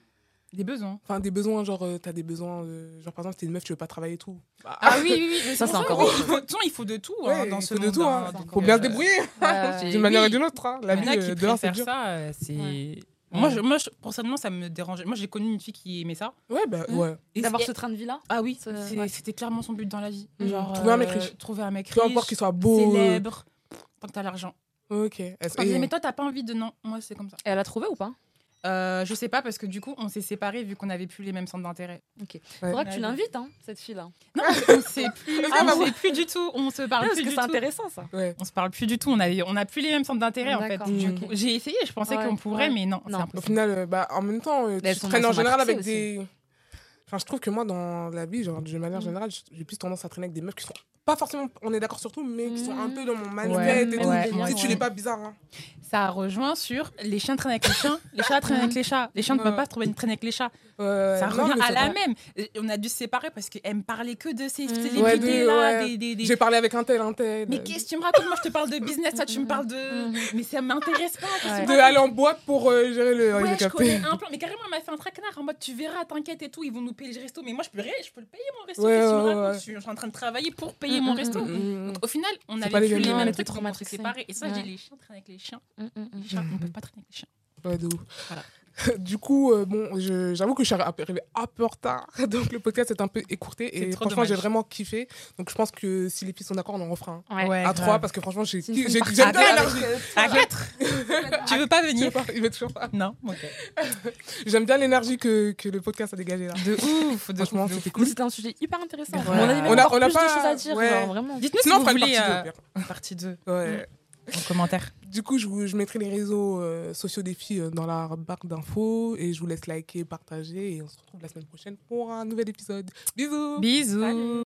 Speaker 2: Des besoins.
Speaker 1: Enfin, des besoins, genre, euh, t'as des besoins, euh, genre, par exemple, t'es une meuf, tu veux pas travailler et tout. Bah,
Speaker 2: Ah oui, oui, oui.
Speaker 3: Ça, c'est
Speaker 2: Bon,
Speaker 3: encore
Speaker 2: oui,
Speaker 3: autre
Speaker 2: il faut- de toute façon, il faut de tout hein,
Speaker 1: ouais,
Speaker 2: dans
Speaker 1: il
Speaker 2: ce
Speaker 1: faut de
Speaker 2: monde,
Speaker 1: tout,
Speaker 2: hein.
Speaker 1: hein.
Speaker 2: Donc,
Speaker 1: Faut bien se
Speaker 2: euh,
Speaker 1: débrouiller, hein,
Speaker 3: Ouais.
Speaker 1: d'une manière
Speaker 2: oui.
Speaker 1: ou d'une autre. hein. La
Speaker 2: Il y en a
Speaker 1: vie,
Speaker 2: qui
Speaker 1: euh, dehors, c'est
Speaker 2: préfèrent
Speaker 1: dur.
Speaker 2: ça, euh, c'est.
Speaker 3: Ouais.
Speaker 2: Moi, je, moi je- personnellement, ça me dérangeait. Moi, j'ai connu une fille qui aimait ça.
Speaker 1: Ouais, bah,
Speaker 3: Mm.
Speaker 1: ouais.
Speaker 3: D'avoir
Speaker 2: Et-
Speaker 3: ce train de vie là
Speaker 2: Ah oui,
Speaker 3: Ça-
Speaker 2: c'est-
Speaker 3: ouais. Mm.
Speaker 2: c'était clairement son but dans la vie.
Speaker 1: Mhm.
Speaker 2: Genre, euh,
Speaker 1: Trouver un mec riche.
Speaker 2: Trouver un mec riche.
Speaker 1: Peu importe qu'il soit beau. euh,
Speaker 2: Célèbre. Tant que t'as l'argent.
Speaker 1: Ok. Est-ce-
Speaker 2: On disait,
Speaker 1: et-
Speaker 2: mais toi, t'as pas envie de. Non, moi, c'est comme ça.
Speaker 3: Et elle a trouvé ou pas
Speaker 2: Euh, je sais pas, parce que du coup, on s'est séparés vu qu'on avait plus les mêmes centres d'intérêt.
Speaker 3: Faudra que
Speaker 2: Ouais.
Speaker 3: tu l'invites, hein, cette fille là.
Speaker 2: Non, on sait plus,
Speaker 1: Ah, bah
Speaker 2: on
Speaker 1: oui.
Speaker 2: sait plus du tout, on se parle
Speaker 3: Parce
Speaker 2: plus Ah,
Speaker 3: que
Speaker 2: du tout.
Speaker 3: c'est intéressant ça.
Speaker 1: Ouais.
Speaker 2: On se parle plus du tout, on a, on a plus les mêmes centres d'intérêt en fait.
Speaker 3: D'accord.
Speaker 2: Du
Speaker 1: Mm.
Speaker 2: coup, j'ai essayé, je pensais
Speaker 3: Ouais,
Speaker 2: qu'on pourrait,
Speaker 3: ouais.
Speaker 2: mais non, c'est
Speaker 3: Non.
Speaker 1: Au
Speaker 2: impossible.
Speaker 1: final, euh, bah, en même temps, euh,
Speaker 3: Elles
Speaker 1: tu
Speaker 3: sont-
Speaker 1: traînes
Speaker 3: elles
Speaker 1: en
Speaker 3: sont
Speaker 1: général avec
Speaker 3: matrixées
Speaker 1: des. Enfin, je trouve que moi, dans la vie, genre, de manière
Speaker 3: Mm.
Speaker 1: générale, j- j'ai plus tendance à traîner avec des meufs qui sont pas forcément, on est d'accord sur tout, mais qui sont un
Speaker 3: Mm.
Speaker 1: peu dans mon
Speaker 2: Ouais,
Speaker 1: mindset et tout.
Speaker 2: ouais,
Speaker 1: Si
Speaker 2: ouais.
Speaker 1: tu n'es pas bizarre, hein.
Speaker 2: Ça rejoint sur les chiens traînent avec les chiens, les chats traînent avec les chats, les chiens ne peuvent pas se trouver une traîne avec les chats.
Speaker 1: Euh,
Speaker 2: ça
Speaker 1: non,
Speaker 2: revient
Speaker 1: mais
Speaker 2: à
Speaker 1: c'est
Speaker 2: la
Speaker 1: vrai.
Speaker 2: même. Et On a dû se séparer parce qu'elle me parlait que de ces
Speaker 3: Mm.
Speaker 2: célébrités
Speaker 1: Ouais,
Speaker 2: là,
Speaker 1: de- ouais.
Speaker 2: des, des- des-
Speaker 1: J'ai parlé avec un tel, un tel. euh,
Speaker 2: Mais qu'est-ce que tu me racontes Moi, je te parle de business, toi, tu me parles de.
Speaker 3: Mm.
Speaker 2: Mais ça m'intéresse pas. qu'est-ce que tu
Speaker 1: De
Speaker 2: me racontes
Speaker 1: aller en boîte pour euh, gérer le.
Speaker 2: Ouais,
Speaker 1: le
Speaker 2: je
Speaker 1: café.
Speaker 2: connais un plan. Mais carrément, elle m'a fait un traquenard en mode tu verras, t'inquiète et tout, ils vont nous payer le resto. Mais moi, je peux, le- je peux le payer mon resto.
Speaker 1: Ouais,
Speaker 2: qu'est-ce que tu me
Speaker 1: ouais, ouais,
Speaker 2: racontes
Speaker 1: ouais.
Speaker 2: Je suis- je suis en train de travailler pour payer
Speaker 3: Mm,
Speaker 2: mon
Speaker 3: mm,
Speaker 2: resto.
Speaker 3: mm,
Speaker 1: Mm.
Speaker 2: Au final, on
Speaker 1: C'est
Speaker 2: a
Speaker 1: pas les
Speaker 2: vécu les
Speaker 1: mêmes.
Speaker 2: mêmes
Speaker 3: Ouais,
Speaker 2: trucs
Speaker 3: t'es
Speaker 2: on s'est
Speaker 3: traumatisée.
Speaker 2: séparés. Et ça, je
Speaker 3: Ouais.
Speaker 2: dis les chiens traînent avec les chiens.
Speaker 3: Mm, mm, mm.
Speaker 2: Les chiens, on
Speaker 1: Mhm.
Speaker 2: peut pas traîner avec les chiens.
Speaker 1: Ouais, de ouf.
Speaker 2: Voilà.
Speaker 1: du coup, euh, bon, je- j'avoue que je suis arrivée un peu en retard, donc le podcast est un peu écourté
Speaker 2: C'est
Speaker 1: et
Speaker 2: trop
Speaker 1: franchement, j'ai
Speaker 2: dommage.
Speaker 1: vraiment kiffé. Donc je pense que si les filles sont d'accord, on en refera un.
Speaker 3: Ouais.
Speaker 1: à trois parce que franchement, j'ai
Speaker 3: C'est une
Speaker 1: j'ai-
Speaker 3: partie.
Speaker 1: j'aime bien
Speaker 2: Avec-
Speaker 1: l'énergie.
Speaker 2: À quatre Tu veux pas
Speaker 1: Je sais
Speaker 2: venir
Speaker 1: pas, il veut toujours pas.
Speaker 2: Non, ok.
Speaker 1: J'aime bien l'énergie que, que le podcast a dégagée là.
Speaker 2: De ouf, de
Speaker 1: Franchement,
Speaker 2: ouf. de ouf.
Speaker 1: c'était
Speaker 3: Mais
Speaker 1: cool.
Speaker 3: c'était un sujet hyper intéressant.
Speaker 2: Ouais.
Speaker 3: On avait même
Speaker 1: On a-
Speaker 3: encore
Speaker 1: on a
Speaker 3: plus
Speaker 1: pas-
Speaker 3: de choses à dire,
Speaker 1: ouais.
Speaker 3: genre, vraiment.
Speaker 2: Dites-nous si
Speaker 1: Sinon, on
Speaker 2: vous
Speaker 1: fera une
Speaker 2: voulez
Speaker 1: partie deux, au
Speaker 2: euh,
Speaker 1: pire.
Speaker 2: une partie Mm. 2
Speaker 1: Ouais.
Speaker 2: en commentaire.
Speaker 1: Du coup, je, vous- je mettrai les réseaux euh, sociaux des filles euh, dans la barre d'infos et je vous laisse liker, partager et on se retrouve la semaine prochaine pour un nouvel épisode. Bisous.
Speaker 2: Bisous.
Speaker 3: Salut.